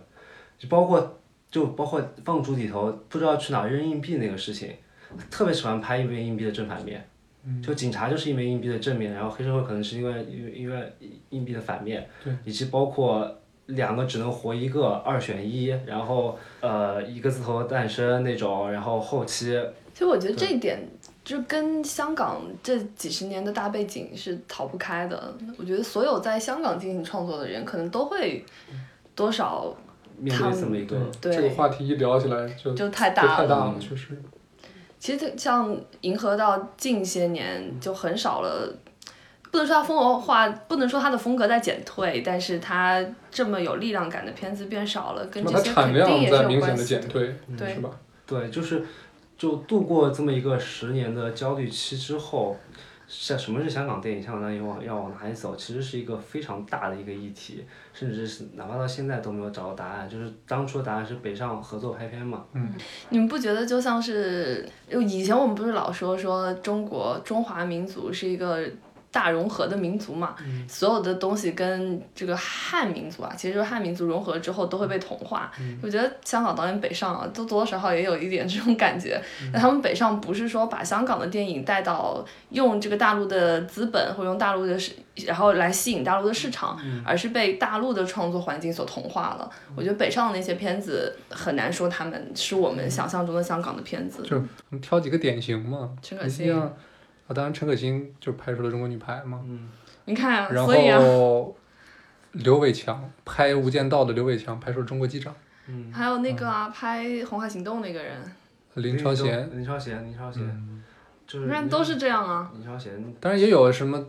Speaker 1: 就包括就包括放逐里头不知道去哪儿扔硬币那个事情，特别喜欢拍一枚硬币的正反面，就警察就是一枚硬币的正面，然后黑社会可能是因为因为因为硬币的反面，以及包括。两个只能活一个，二选一，然后呃一个字头的诞生那种，然后后期
Speaker 2: 嗯
Speaker 3: 其实我觉得这一点就跟香港这几十年的大背景是逃不开的。我觉得所有在香港进行创作的人，可能都会多少
Speaker 1: 面
Speaker 3: 他
Speaker 1: 对这么一个
Speaker 2: 这个
Speaker 3: 对，
Speaker 2: 话题一聊起来就
Speaker 3: 就太
Speaker 2: 就
Speaker 3: 大
Speaker 2: 太
Speaker 3: 了。嗯
Speaker 2: 大了，确实。
Speaker 3: 其实像银河到近些年就很少了，不能说它风格化，不能说它的风格在减退，但是它这么有力量感的片子变少了，跟
Speaker 2: 那
Speaker 3: 这
Speaker 2: 它
Speaker 3: 些
Speaker 2: 产
Speaker 3: 肯定
Speaker 2: 量
Speaker 3: 也是
Speaker 2: 在
Speaker 3: 有
Speaker 2: 明显
Speaker 3: 关
Speaker 2: 的
Speaker 3: 系
Speaker 2: 减
Speaker 3: 的。
Speaker 2: 退，
Speaker 3: 对
Speaker 2: 是吧？
Speaker 1: 对，就是就度过这么一个十年的焦虑期之后，像什么是香港电影，香港电影往要往哪里走，其实是一个非常大的一个议题，甚至是哪怕到现在都没有找到答案。就是当初的答案是北上合作拍片嘛，
Speaker 3: 你们不觉得就像是，就以前我们不是老说说中国中华民族是一个大融合的民族嘛？所有的东西跟这个汉民族啊，其实就是汉民族融合之后都会被同化。我觉得香港导演北上啊，都多多少少也有一点这种感觉。那、他们北上不是说把香港的电影带到用这个大陆的资本或用大陆的市，然后来吸引大陆的市场，而是被大陆的创作环境所同化了。我觉得北上的那些片子很难说他们是我们想象中的香港的片子。
Speaker 2: 就我们挑几个典型嘛，
Speaker 3: 嗯陈
Speaker 2: 一
Speaker 3: 可
Speaker 2: 定要
Speaker 3: 辛，
Speaker 2: 啊，当然陈可辛就拍出了《中国女排》嘛，
Speaker 3: 你看啊，
Speaker 2: 然
Speaker 3: 所以啊，
Speaker 2: 后刘伟强拍《无间道》的刘伟强拍出了《中国机长嗯
Speaker 3: 还有那个啊，拍《红海行动》那个人，》，
Speaker 2: 林超贤，嗯
Speaker 1: 林超贤，林超贤，就是
Speaker 3: 不然都是 这样啊。
Speaker 1: 林超贤，
Speaker 2: 当然也有什 么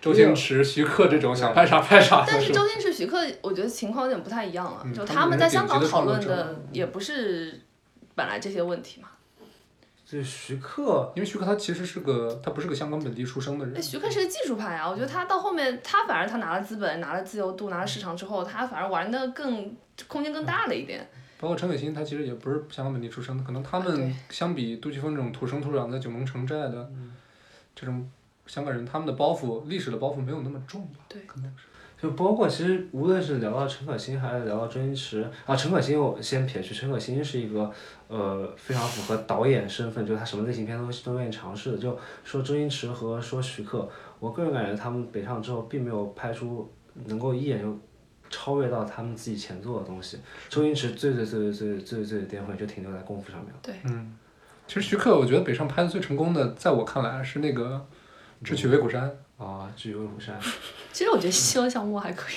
Speaker 2: 周星驰、徐克这种想拍啥拍啥
Speaker 3: 但
Speaker 2: 的，
Speaker 3: 是
Speaker 2: 吧
Speaker 3: 周星驰、徐克，我觉得情况有点不太一样了。
Speaker 2: 嗯
Speaker 3: 就
Speaker 2: 他
Speaker 3: 他
Speaker 2: 们
Speaker 3: 们
Speaker 2: 也
Speaker 3: 在
Speaker 2: 是顶
Speaker 3: 香
Speaker 2: 级
Speaker 3: 港
Speaker 2: 的
Speaker 3: 讨论
Speaker 2: 创作
Speaker 3: 的也不是本来这些问题嘛。
Speaker 1: 就是徐克，
Speaker 2: 因为徐克他其实是个他不是个香港本地出生的人
Speaker 3: 那，哎徐克是个技术派啊，我觉得他到后面，他反而他拿了资本、拿了自由度、拿了市场之后，他反而玩的更空间更大了一点。
Speaker 2: 包括陈可辛他其实也不是香港本地出生的，可能他
Speaker 3: 啊
Speaker 2: 们
Speaker 3: 对嗯
Speaker 2: 相比杜琪峰这种土生土长在九龙城寨的这种香港人，他们的包袱历史的包袱没有那么重吧？
Speaker 3: 对
Speaker 2: 可能是
Speaker 1: 就包括其实无论是聊到陈可辛，还是聊到周星驰啊，陈可辛我先撇去，陈可辛是一个呃非常符合导演身份，就是他什么类型片都都愿意尝试的。就说周星驰和说徐克，我个人感觉他们北上之后并没有拍出能够一眼就超越到他们自己前作的东西。周星驰最最最最最最最巅峰就停留在功夫上面了。
Speaker 2: 其实徐克我觉得北上拍的最成功的，在我看来是那个《智取威虎山》，
Speaker 1: 啊，至于威虎山，
Speaker 3: 其实我觉得《西游降魔》还可以。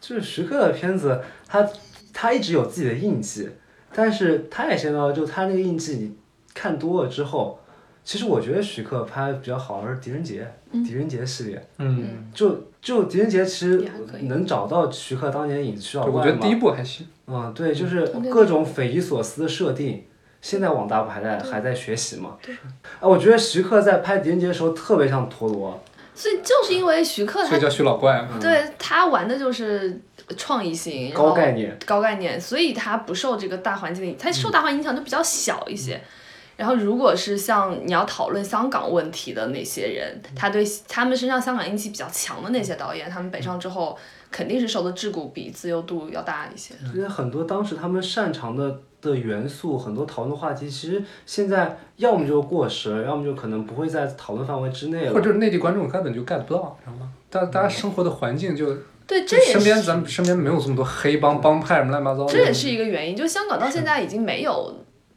Speaker 1: 就是徐克的片子，他他一直有自己的印记，但是他也想到，就他那个印记，你看多了之后，其实我觉得徐克拍的比较好的是《狄仁杰》，狄仁杰系列，
Speaker 2: 嗯，
Speaker 1: 就就狄仁杰其实
Speaker 3: 也还可以
Speaker 1: 能找到徐克当年的影子徐老
Speaker 2: 对，我觉
Speaker 1: 怪
Speaker 2: 得第一
Speaker 1: 嘛，
Speaker 2: 部还行，
Speaker 1: 嗯，对，就是
Speaker 3: 同类
Speaker 1: 各种匪夷所思的设定。现在网大不还在还在学习嘛？
Speaker 3: 对
Speaker 1: 啊，我觉得徐克在拍《狄仁杰》的时候特别像陀螺，
Speaker 3: 所以就是因为徐克
Speaker 2: 所
Speaker 3: 他
Speaker 2: 以叫徐老怪嘛。
Speaker 3: 对他玩的就是创意性，然后
Speaker 1: 嗯高概念。
Speaker 3: 高概念，所以他不受这个大环境的影，他受大环境影响就比较小一些。
Speaker 1: 嗯
Speaker 3: 然后，如果是像你要讨论香港问题的那些人，他对他们身上香港印记比较强的那些导演，他们北上之后肯定是受的桎梏比自由度要大一些。
Speaker 1: 因为很多当时他们擅长的的元素，很多讨论话题，其实现在要么就过时了，要么就可能不会在讨论范围之内
Speaker 2: 或
Speaker 1: 了。嗯
Speaker 2: 者内地观众根本就 get 不到，你知道吗？大大家生活的环境就
Speaker 3: 对，这
Speaker 2: 就
Speaker 3: 也
Speaker 2: 身边
Speaker 3: 是
Speaker 2: 咱们身边没有这么多黑帮帮派什么乱七八糟的，
Speaker 3: 这也是一个原因，就香港到现在已经没有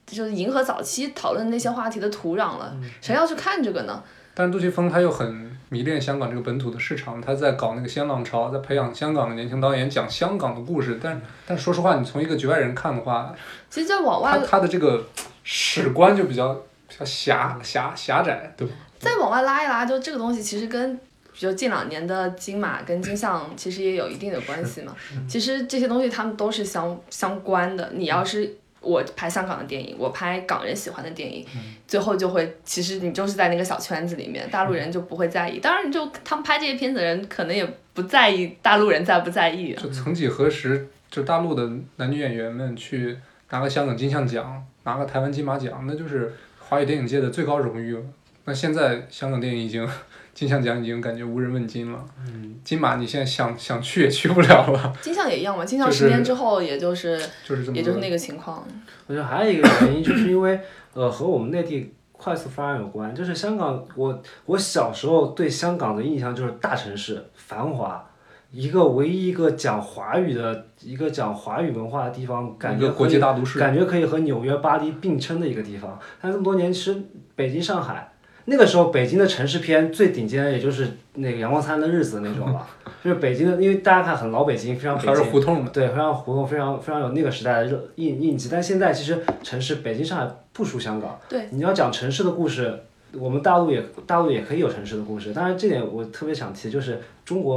Speaker 3: 就是迎
Speaker 1: 嗯
Speaker 3: 合早期讨论那些话题的土壤了，谁要去看这个呢？
Speaker 2: 但是杜琪峰他又很迷恋香港这个本土的市场，他在搞那个新浪潮，在培养香港的年轻导演，讲香港的故事。
Speaker 1: 嗯
Speaker 2: 但但说实话，你从一个局外人看的话，
Speaker 3: 其实，在往
Speaker 2: 他
Speaker 3: 外
Speaker 2: 他的这个史观就比较比较狭狭狭窄，对吧？
Speaker 3: 再往外拉一拉，就这个东西其实跟。比如近两年的金马跟金像其实也有一定的关系嘛，其实这些东西它们都是相相关的。你要是我拍香港的电影，我拍港人喜欢的电影，
Speaker 2: 嗯
Speaker 3: 最后就会其实你就是在那个小圈子里面，大陆人就不会在意。当然，就他们拍这些片子的人可能也不在意大陆人在不在 意啊。
Speaker 2: 就曾几何时，就大陆的男女演员们去拿个香港金像奖，拿个台湾金马奖，那就是华语电影界的最高荣誉了。那现在香港电影已经金像奖已经感觉无人问津了，
Speaker 1: 嗯，
Speaker 2: 金马你现在想想去也去不了了，
Speaker 3: 金像也一样嘛，金像
Speaker 2: 就是
Speaker 3: 十年之后，也就是
Speaker 2: 就是这么
Speaker 3: 也
Speaker 2: 多。
Speaker 3: 就是那个情况。
Speaker 1: 我觉得还有一个原因，就是因为呃和我们内地快速发展有关。就是香港，我我小时候对香港的印象就是大城市繁华，一个唯一一个讲华语的一个讲华语文化的地方，感
Speaker 2: 一
Speaker 1: 觉
Speaker 2: 个国
Speaker 1: 可以
Speaker 2: 际大都市，
Speaker 1: 感觉可以和纽约、巴黎并称的一个地方。但这么多年，其实北京、上海那个时候，北京的城市片最顶尖的也就是那个《阳光灿烂的日子》那种 了，就是北京的，因为大家看很老北京，非常北
Speaker 2: 还是
Speaker 1: 京。
Speaker 2: 胡同的，
Speaker 1: 对，非常胡同，非常非常有那个时代的热印印记。但现在其实城市，北京、上海不输香港。
Speaker 3: 对，
Speaker 1: 你要讲城市的故事，我们大陆也大陆也可以有城市的故事。当然，这点我特别想提，就是中国，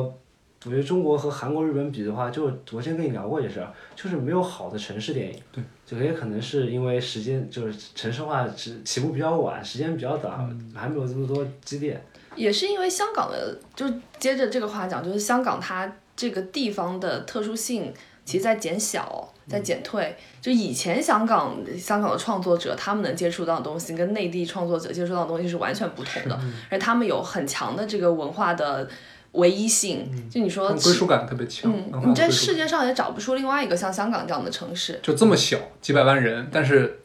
Speaker 1: 我觉得中国和韩国、日本比的话，就是我之前跟你聊过这事儿，就是没有好的城市电影。对，就也可能是因为时间就是城市化起起步比较晚，时间比较短，
Speaker 2: 嗯
Speaker 1: 还没有这么多积淀。
Speaker 3: 也是因为香港的，就接着这个话讲，就是香港它这个地方的特殊性，其实在减小，在减退。就以前香港香港的创作者，他们能接触到的东西，跟内地创作者接触到的东西是完全不同的，而他们有很强的这个文化的唯一性。就你
Speaker 2: 他
Speaker 3: 说
Speaker 2: 们
Speaker 3: 其，
Speaker 2: 归属感特别强，文
Speaker 3: 嗯，
Speaker 2: 化
Speaker 3: 你
Speaker 2: 的归
Speaker 3: 在
Speaker 2: 属
Speaker 3: 世界上也找不出另外一个像香港这样的城市。
Speaker 2: 就这么小，几百万人，但是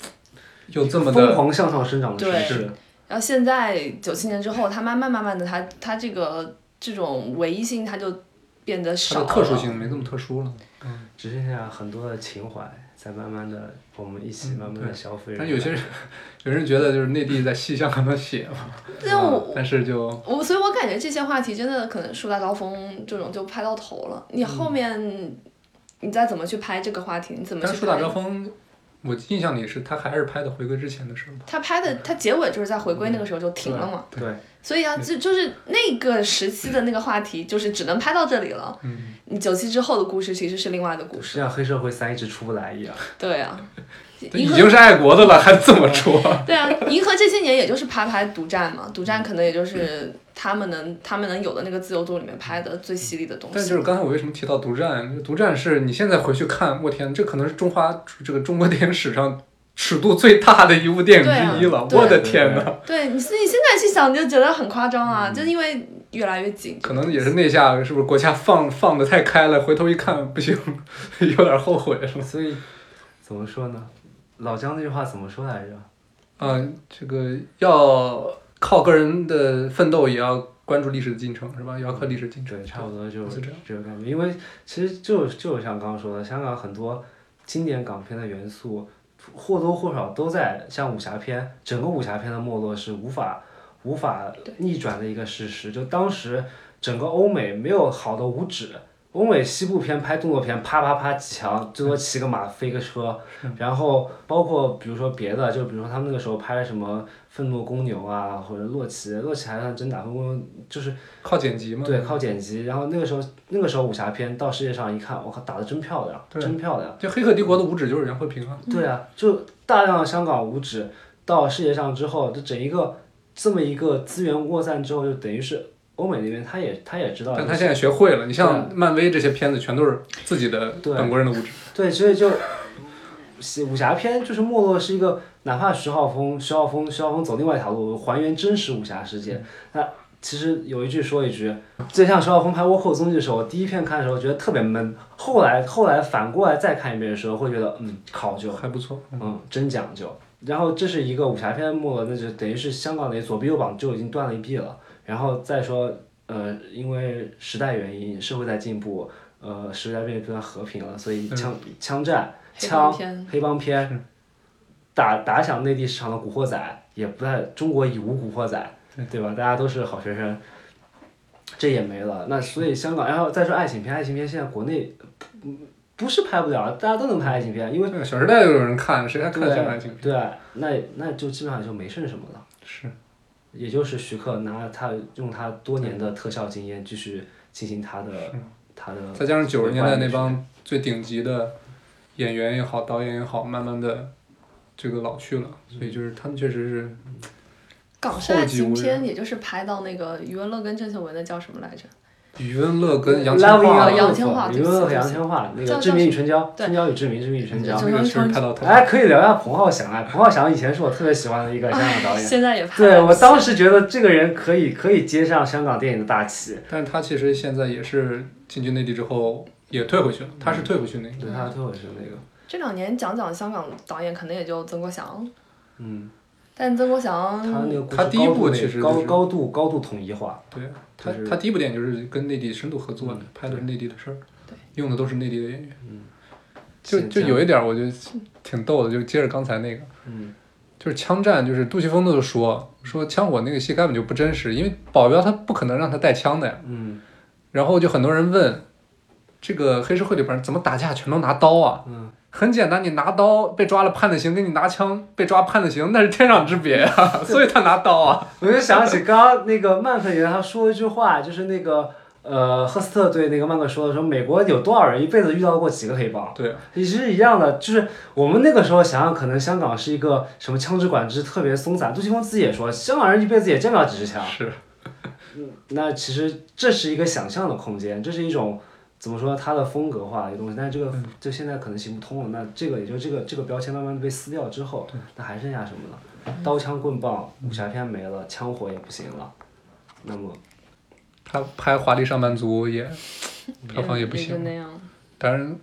Speaker 2: 又这么
Speaker 1: 疯
Speaker 2: 的
Speaker 1: 狂向上生长的城
Speaker 3: 对
Speaker 1: 市。
Speaker 3: 然后现在九七年之后，它慢慢慢慢的，它它这个这种唯一性，它就变得
Speaker 2: 它
Speaker 3: 少
Speaker 2: 的
Speaker 3: 了。
Speaker 2: 特殊性没那么特殊了，
Speaker 1: 只剩下很多的情怀在慢慢的，我们一起慢慢的消费。
Speaker 2: 但是有些人，有人觉得就是内地在戏香港的血嘛，
Speaker 3: 但啊我
Speaker 2: 啊但是就
Speaker 3: 我所以，我感觉这些话题真的可能树大招风这种就拍到头了。你后面你再怎么去拍这个话题，你怎么
Speaker 2: 嗯但
Speaker 3: 去
Speaker 2: 是
Speaker 3: 拍？
Speaker 2: 树大招风，我印象里是他还是拍的回归之前的事儿吧。
Speaker 3: 他拍的他结尾就是在回归那
Speaker 2: 嗯
Speaker 3: 个时候就停了嘛。
Speaker 1: 对，
Speaker 3: 所以啊，就就是那个时期的那个话题，就是只能拍到这里了。
Speaker 2: 嗯，
Speaker 3: 你九七之后的故事其实是另外的故
Speaker 1: 就
Speaker 3: 事。
Speaker 1: 像黑社会三一直出不来一样。
Speaker 3: 对啊，
Speaker 2: 这
Speaker 3: 银
Speaker 2: 已
Speaker 3: 河
Speaker 2: 经是爱国的了，还这么 说？
Speaker 3: 对啊，银河这些年也就是拍拍独占嘛，独占可能也就是他们能他们能有的那个自由度里面拍的最犀利的东西。
Speaker 2: 但就是刚才我为什么提到独占？独占是你现在回去看，我天，这可能是中华这个中国电影史上尺度最大的一部电
Speaker 3: 对啊
Speaker 2: 影之一了。
Speaker 3: 对啊
Speaker 2: 我的天哪！
Speaker 3: 对你，是你现在去想，你就觉得很夸张啊，就是因为越来越紧。
Speaker 2: 可能也是那下是不是国家放放的太开了？回头一看不行， 有点后悔了。
Speaker 1: 所以怎么说呢？老姜那句话怎么说来着？
Speaker 2: 嗯，这个要靠个人的奋斗，也要关注历史的进程，是吧？也要靠历史进程。
Speaker 1: 对，差不多就是
Speaker 2: 是这样
Speaker 1: 这个感觉。因为其实就就像刚刚说的，香港很多经典港片的元素或多或少都在像武侠片，整个武侠片的没落是无法无法逆转的一个事实。就当时整个欧美没有好的武指。欧美西部片拍动作片，啪啪啪几枪，最多骑个马飞个 车，然后包括比如说别的，就比如说他们那个时候拍什么《愤怒公牛》啊，或者《洛奇》，洛奇还算真打，《愤怒公牛》就是
Speaker 2: 靠剪辑嘛。
Speaker 1: 对，靠剪辑。然后那个时候，那个时候武侠片到世界上一看，我靠，打的真漂亮，
Speaker 2: 对
Speaker 1: 真漂亮。
Speaker 2: 就《黑客帝国》的五指就是袁和平啊，
Speaker 1: 对啊，就大量的香港武指到世界上之后，就整一个这么一个资源过散之后，就等于是欧美那边他也他也知道
Speaker 2: 但他现在学会了。你像漫威这些片子，全都是自己的
Speaker 1: 对
Speaker 2: 本国人的五指。
Speaker 1: 对，所以就写武侠片就是没落是一个，哪怕徐浩峰，徐浩峰，徐浩峰走另外一条路，还原真实武侠世界。那其实有一句说一句，就像徐浩峰拍《倭寇踪迹》的时候，我第一遍看的时候觉得特别闷，后来后来反过来再看一遍的时候，会觉得嗯考究，
Speaker 2: 还不错。
Speaker 1: 嗯真讲究。然后这是一个武侠片没落，那就等于是香港的左臂右膀就已经断了一臂了。然后再说，呃，因为时代原因，社会在进步，呃，时代变得更加和平了，所以枪、枪战。
Speaker 3: 黑帮
Speaker 1: 枪
Speaker 3: 片，
Speaker 1: 黑帮片，打打响内地市场的《古惑仔》也不在中国已无《古惑仔》，对吧？大家都是好学生，这也没了。那所以香港，然后再说爱情片，爱情片现在国内嗯不是拍不了，大家都能拍爱情片，因为
Speaker 2: 对，《小时代》就有人看，谁还看
Speaker 1: 对
Speaker 2: 香港爱情片？
Speaker 1: 对，那那就基本上就没剩什么了。
Speaker 2: 是，
Speaker 1: 也就是徐克拿他用他多年的特效经验，继续进行他的他的，
Speaker 2: 再加上九十年代那帮最顶级的演员也好，导演也好，慢慢的这个老去了，
Speaker 1: 嗯
Speaker 2: 所以就是他们确实是
Speaker 3: 港式爱情
Speaker 2: 后继无
Speaker 3: 片，
Speaker 2: 人
Speaker 3: 也就是拍到那个余文乐跟郑秀文的叫什么来着？
Speaker 2: 余文乐跟杨千
Speaker 1: 拉
Speaker 2: 嬅，
Speaker 3: 杨千嬅
Speaker 1: 余文乐和杨千嬅，那个《
Speaker 3: 叫
Speaker 1: 志明与春娇》，
Speaker 3: 对
Speaker 1: 春娇与志明，志明与春娇
Speaker 3: 就。
Speaker 2: 那个确实拍到头。
Speaker 1: 哎，可以聊一下彭浩翔啊！彭浩翔以前是我特别喜欢的一个香港 导演，
Speaker 3: 啊现在也拍
Speaker 1: 对
Speaker 3: 了
Speaker 1: 我当时觉得这个人可以可以接上香港电影的大旗，
Speaker 2: 但是他其实现在也是进军内地之后也退回去了，他是退回去那个。
Speaker 1: 嗯对他的退回是那个，
Speaker 3: 这两年讲讲香港导演，可能也就曾国祥，
Speaker 1: 嗯，
Speaker 3: 但曾国祥
Speaker 1: 他那个故事
Speaker 2: 他第一部
Speaker 1: 高度
Speaker 2: 其实
Speaker 1: 高
Speaker 2: 就是
Speaker 1: 高度高度统一化，
Speaker 2: 对啊他
Speaker 1: 就是，
Speaker 2: 他第一部电影就是跟内地深度合作的，
Speaker 1: 嗯
Speaker 2: 拍的是内地的事儿
Speaker 3: 对，
Speaker 2: 用的都是内地的演员。
Speaker 1: 嗯
Speaker 2: 就
Speaker 1: 现
Speaker 2: 就
Speaker 1: 象
Speaker 2: 有一点儿我觉得挺逗的，就接着刚才那个，
Speaker 1: 嗯
Speaker 2: 就是枪战，就是杜琪峰都说说枪火那个戏根本就不真实，因为保镖他不可能让他带枪的呀。
Speaker 1: 嗯
Speaker 2: 然后就很多人问，这个黑社会里边怎么打架全都拿刀啊？
Speaker 1: 嗯，
Speaker 2: 很简单，你拿刀被抓了判了刑，跟你拿枪被抓判了刑，那是天壤之别啊！ 所以他拿刀啊。
Speaker 1: 我就想起刚刚那个曼克也他说一句话，就是那个呃赫斯特对那个曼克说的，说美国有多少人一辈子遇到过几个黑帮？
Speaker 2: 对，
Speaker 1: 也是一样的，就是我们那个时候想想，可能香港是一个什么枪支管制特别松散，杜琪峰自己也说，香港人一辈子也见不了几支枪。
Speaker 2: 是，啊
Speaker 1: 那其实这是一个想象的空间，这是一种怎么说它的风格化的一个东西，但是这个就现在可能行不通了。那这个也就这个这个标签慢慢地被撕掉之后，那还剩下什么呢？刀枪棍棒，武侠片没了，枪火也不行了，那么
Speaker 2: 他拍《华丽上班族》也
Speaker 3: 也
Speaker 2: 票房也不
Speaker 3: 就
Speaker 2: 行，
Speaker 3: 那样。
Speaker 2: 当然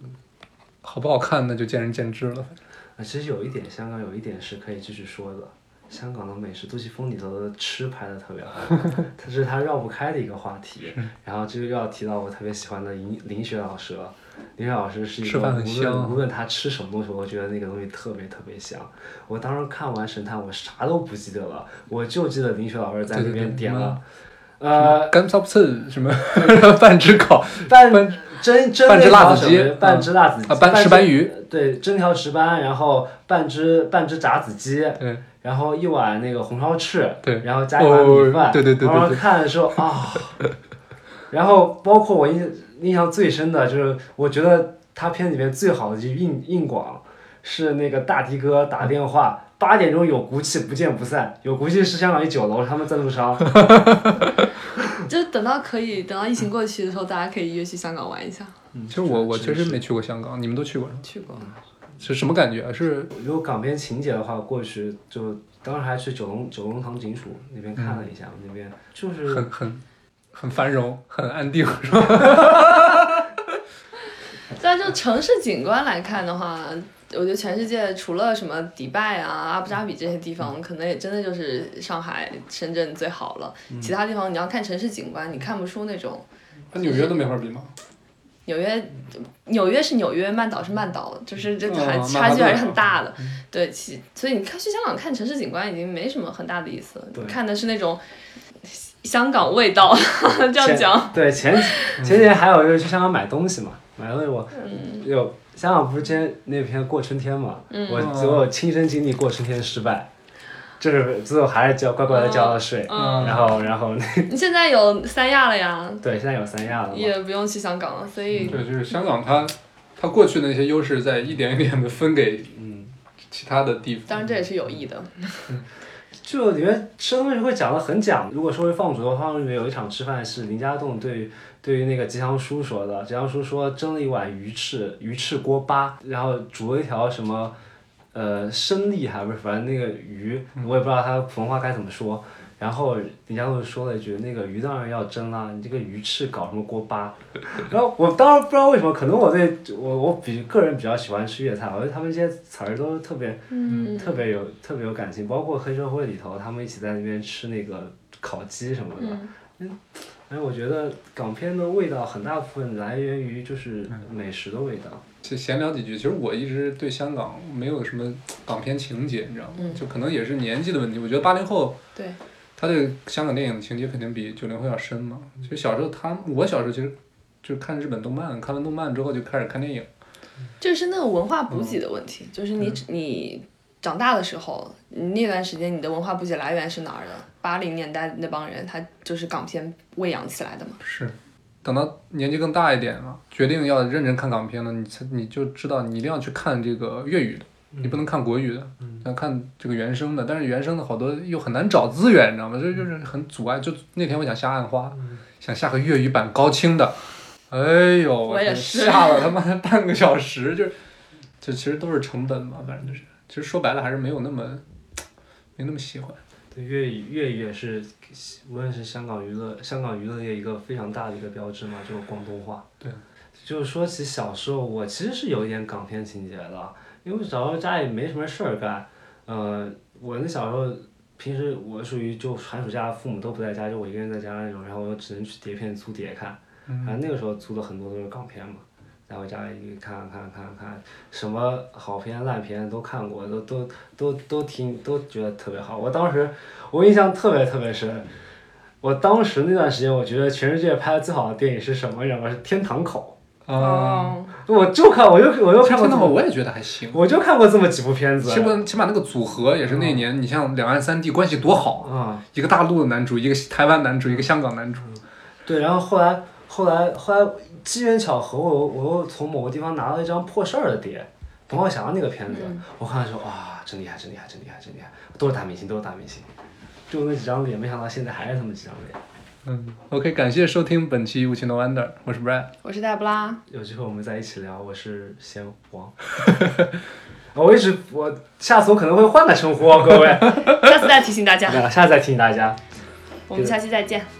Speaker 2: 好不好看那就见仁见智了。
Speaker 1: 啊，其实有一点，香港有一点是可以继续说的。香港的美食，杜琪峰里头的吃拍的特别好， 这是他绕不开的一个话题。然后这就要提到我特别喜欢的林林雪老师了。林雪老师是一
Speaker 2: 吃
Speaker 1: 个
Speaker 2: 饭很
Speaker 1: 无论
Speaker 2: 香
Speaker 1: 无论他吃什么东西，我都觉得那个东西特别特别香。我当时看完《神探》，我啥都不记得了，我就记得林雪老师在
Speaker 2: 对
Speaker 1: 那
Speaker 2: 对
Speaker 1: 边
Speaker 2: 对
Speaker 1: 点
Speaker 2: 什么
Speaker 1: 了，呃，
Speaker 2: 干烧刺什么 半只烤
Speaker 1: 半
Speaker 2: 半
Speaker 1: 真真
Speaker 2: 半只
Speaker 1: 那
Speaker 2: 辣
Speaker 1: 条
Speaker 2: 子
Speaker 1: 什
Speaker 2: 鸡
Speaker 1: 么半
Speaker 2: 嗯
Speaker 1: 只辣子
Speaker 2: 啊半
Speaker 1: 半
Speaker 2: 石
Speaker 1: 只
Speaker 2: 斑鱼，
Speaker 1: 对，蒸条石斑，然后半只半只炸子鸡，
Speaker 2: 对
Speaker 1: 然后一碗那个红烧翅，
Speaker 2: 嗯对
Speaker 1: 然后加一碗米饭，
Speaker 2: 哦对对对对
Speaker 1: 然后
Speaker 2: 对
Speaker 1: 看的时候啊， 然后包括我印印象最深的就是，我觉得他片里面最好的一句硬硬广是那个大迪哥打电话。八点钟有骨气不见不散，有骨气是香港一酒楼他们赞助商，
Speaker 3: 就等到可以，等到疫情过去的时候，大家可以约去香港玩一下。
Speaker 2: 其实嗯我
Speaker 1: 嗯
Speaker 2: 我
Speaker 1: 是
Speaker 2: 确实
Speaker 1: 是
Speaker 2: 没去过香港，你们都去过是吗？
Speaker 3: 去过，
Speaker 2: 是什么感觉啊？是
Speaker 1: 如果港片情节的话，过去就当时还去九龙九龙塘警署那边看了一下，那边就是
Speaker 2: 很很很繁荣，很安定，是吧？
Speaker 3: 但啊就城市景观来看的话，我觉得全世界除了什么迪拜啊、阿布扎比这些地方，可能也真的就是上海、深圳最好了。其他地方你要看城市景观，你看不出那种。
Speaker 2: 跟纽约都没法比吗？
Speaker 3: 纽约，纽约是纽约，曼岛是曼岛，就是这
Speaker 2: 哦
Speaker 3: 还
Speaker 2: 曼哈
Speaker 3: 差距还是很
Speaker 2: 顿
Speaker 3: 大的。对，其所以你看去香港看城市景观已经没什么很大的意思了，
Speaker 1: 对
Speaker 3: 看的是那种香港味道， 这样
Speaker 1: 前
Speaker 3: 讲。
Speaker 1: 对前前年还有就是去香港买东西嘛，买东西我
Speaker 3: 嗯
Speaker 1: 有香港不是之前那篇过春天嘛，我我有亲身经历过春天失败，就是最后还是交乖乖的交了税，
Speaker 3: 嗯
Speaker 1: 然后然后那
Speaker 3: 你现在有三亚了呀，
Speaker 1: 对现在有三亚了嘛，
Speaker 3: 也不用去香港了，所
Speaker 1: 哎
Speaker 3: 以
Speaker 2: 对，就是香港它，它过去的那些优势在一点一点的分给
Speaker 1: 嗯，
Speaker 2: 其他的地方。
Speaker 3: 当然这也是有意的。
Speaker 1: 就里面吃东西会讲的很讲，如果说回放逐的话，里面有一场吃饭是林家栋对于对于那个吉祥叔说的，吉祥叔说蒸了一碗鱼翅，鱼翅锅巴，然后煮了一条什么，呃，生力还不是，反正那个鱼，我也不知道他普通话该怎么说。然后林家栋说了一句：“那个鱼当然要蒸啦，你这个鱼翅搞什么锅巴？”然后我当时不知道为什么，可能我对我我比个人比较喜欢吃粤菜，我觉得他们这些词儿都特别
Speaker 3: 嗯，
Speaker 1: 特别有特别有感情，包括黑社会里头，他们一起在那边吃那个烤鸡什么的。嗯，哎，我觉得港片的味道很大部分来源于就是美食的味道。
Speaker 2: 就闲聊几句，其实我一直对香港没有什么港片情节，你知道吗？就可能也是年纪的问题。我觉得八零后
Speaker 3: 对，
Speaker 2: 他对香港电影的情节肯定比九零后要深嘛。其实小时候他我小时候其实就看日本动漫，看完动漫之后就开始看电影。
Speaker 3: 就是那个文化补给的问题，就是你你长大的时候，你那段时间你的文化补给来源是哪儿的？八零年代那帮人，他就是港片喂养起来的嘛。
Speaker 2: 是，等到年纪更大一点了，决定要认真看港片了，你才你就知道你一定要去看这个粤语的，你不能看国语的，要看这个原声的。但是原声的好多又很难找资源，你知道吗？这就是很阻碍。就那天我想下《暗花》，想下个粤语版高清的，哎呦，
Speaker 3: 我也是
Speaker 2: 下了他妈的半个小时，就是，就其实都是成本嘛，反正就是，其实说白了还是没有那么，没那么喜欢。
Speaker 1: 对粤语，粤语也是，无论是香港娱乐，香港娱乐业一个非常大的一个标志嘛，就是广东话。
Speaker 2: 对。
Speaker 1: 就是说起小时候，我其实是有一点港片情节的，因为小时候家里没什么事儿干，呃，我那小时候平时我属于就寒暑假父母都不在家，就我一个人在家那种，然后我只能去碟片租碟看，反正那个时候租的很多都是港片嘛，然后家里看看看看，什么好片烂片都看过，都都都都挺都觉得特别好。我当时我印象特别特别深，我当时那段时间我觉得全世界拍的最好的电影是什么？你知道吗？是《天堂口》。
Speaker 2: 啊、
Speaker 3: 哦
Speaker 1: 我就看，我就我就看过
Speaker 2: 听
Speaker 1: 这
Speaker 2: 到
Speaker 1: 么，
Speaker 2: 我也觉得还行。
Speaker 1: 我就看过这么几部片子。
Speaker 2: 起码起码那个组合也是那年，你像两岸三地关系多好啊，
Speaker 1: 啊、
Speaker 2: 一个大陆的男主，一个台湾男主，一个香港男主，
Speaker 1: 对，然后后来后来后来机缘巧合，我我又从某个地方拿到一张破事儿的碟，冯浩翔那个片子，我看的时候哇，真厉害，真厉害，真厉害，真厉害，都是大明星，都是大明星，就那几张脸，没想到现在还是他们几张脸。
Speaker 2: 嗯，OK，感谢收听本期《无情的 Wonder》，我是 Brad，
Speaker 3: 我是黛布拉，
Speaker 1: 有机会我们再一起聊，我是贤 王。我一直我下次我可能会换个称呼哦，各位，
Speaker 3: 下次再提醒大家，
Speaker 1: 下次再提醒大家。
Speaker 3: 我们下期再见。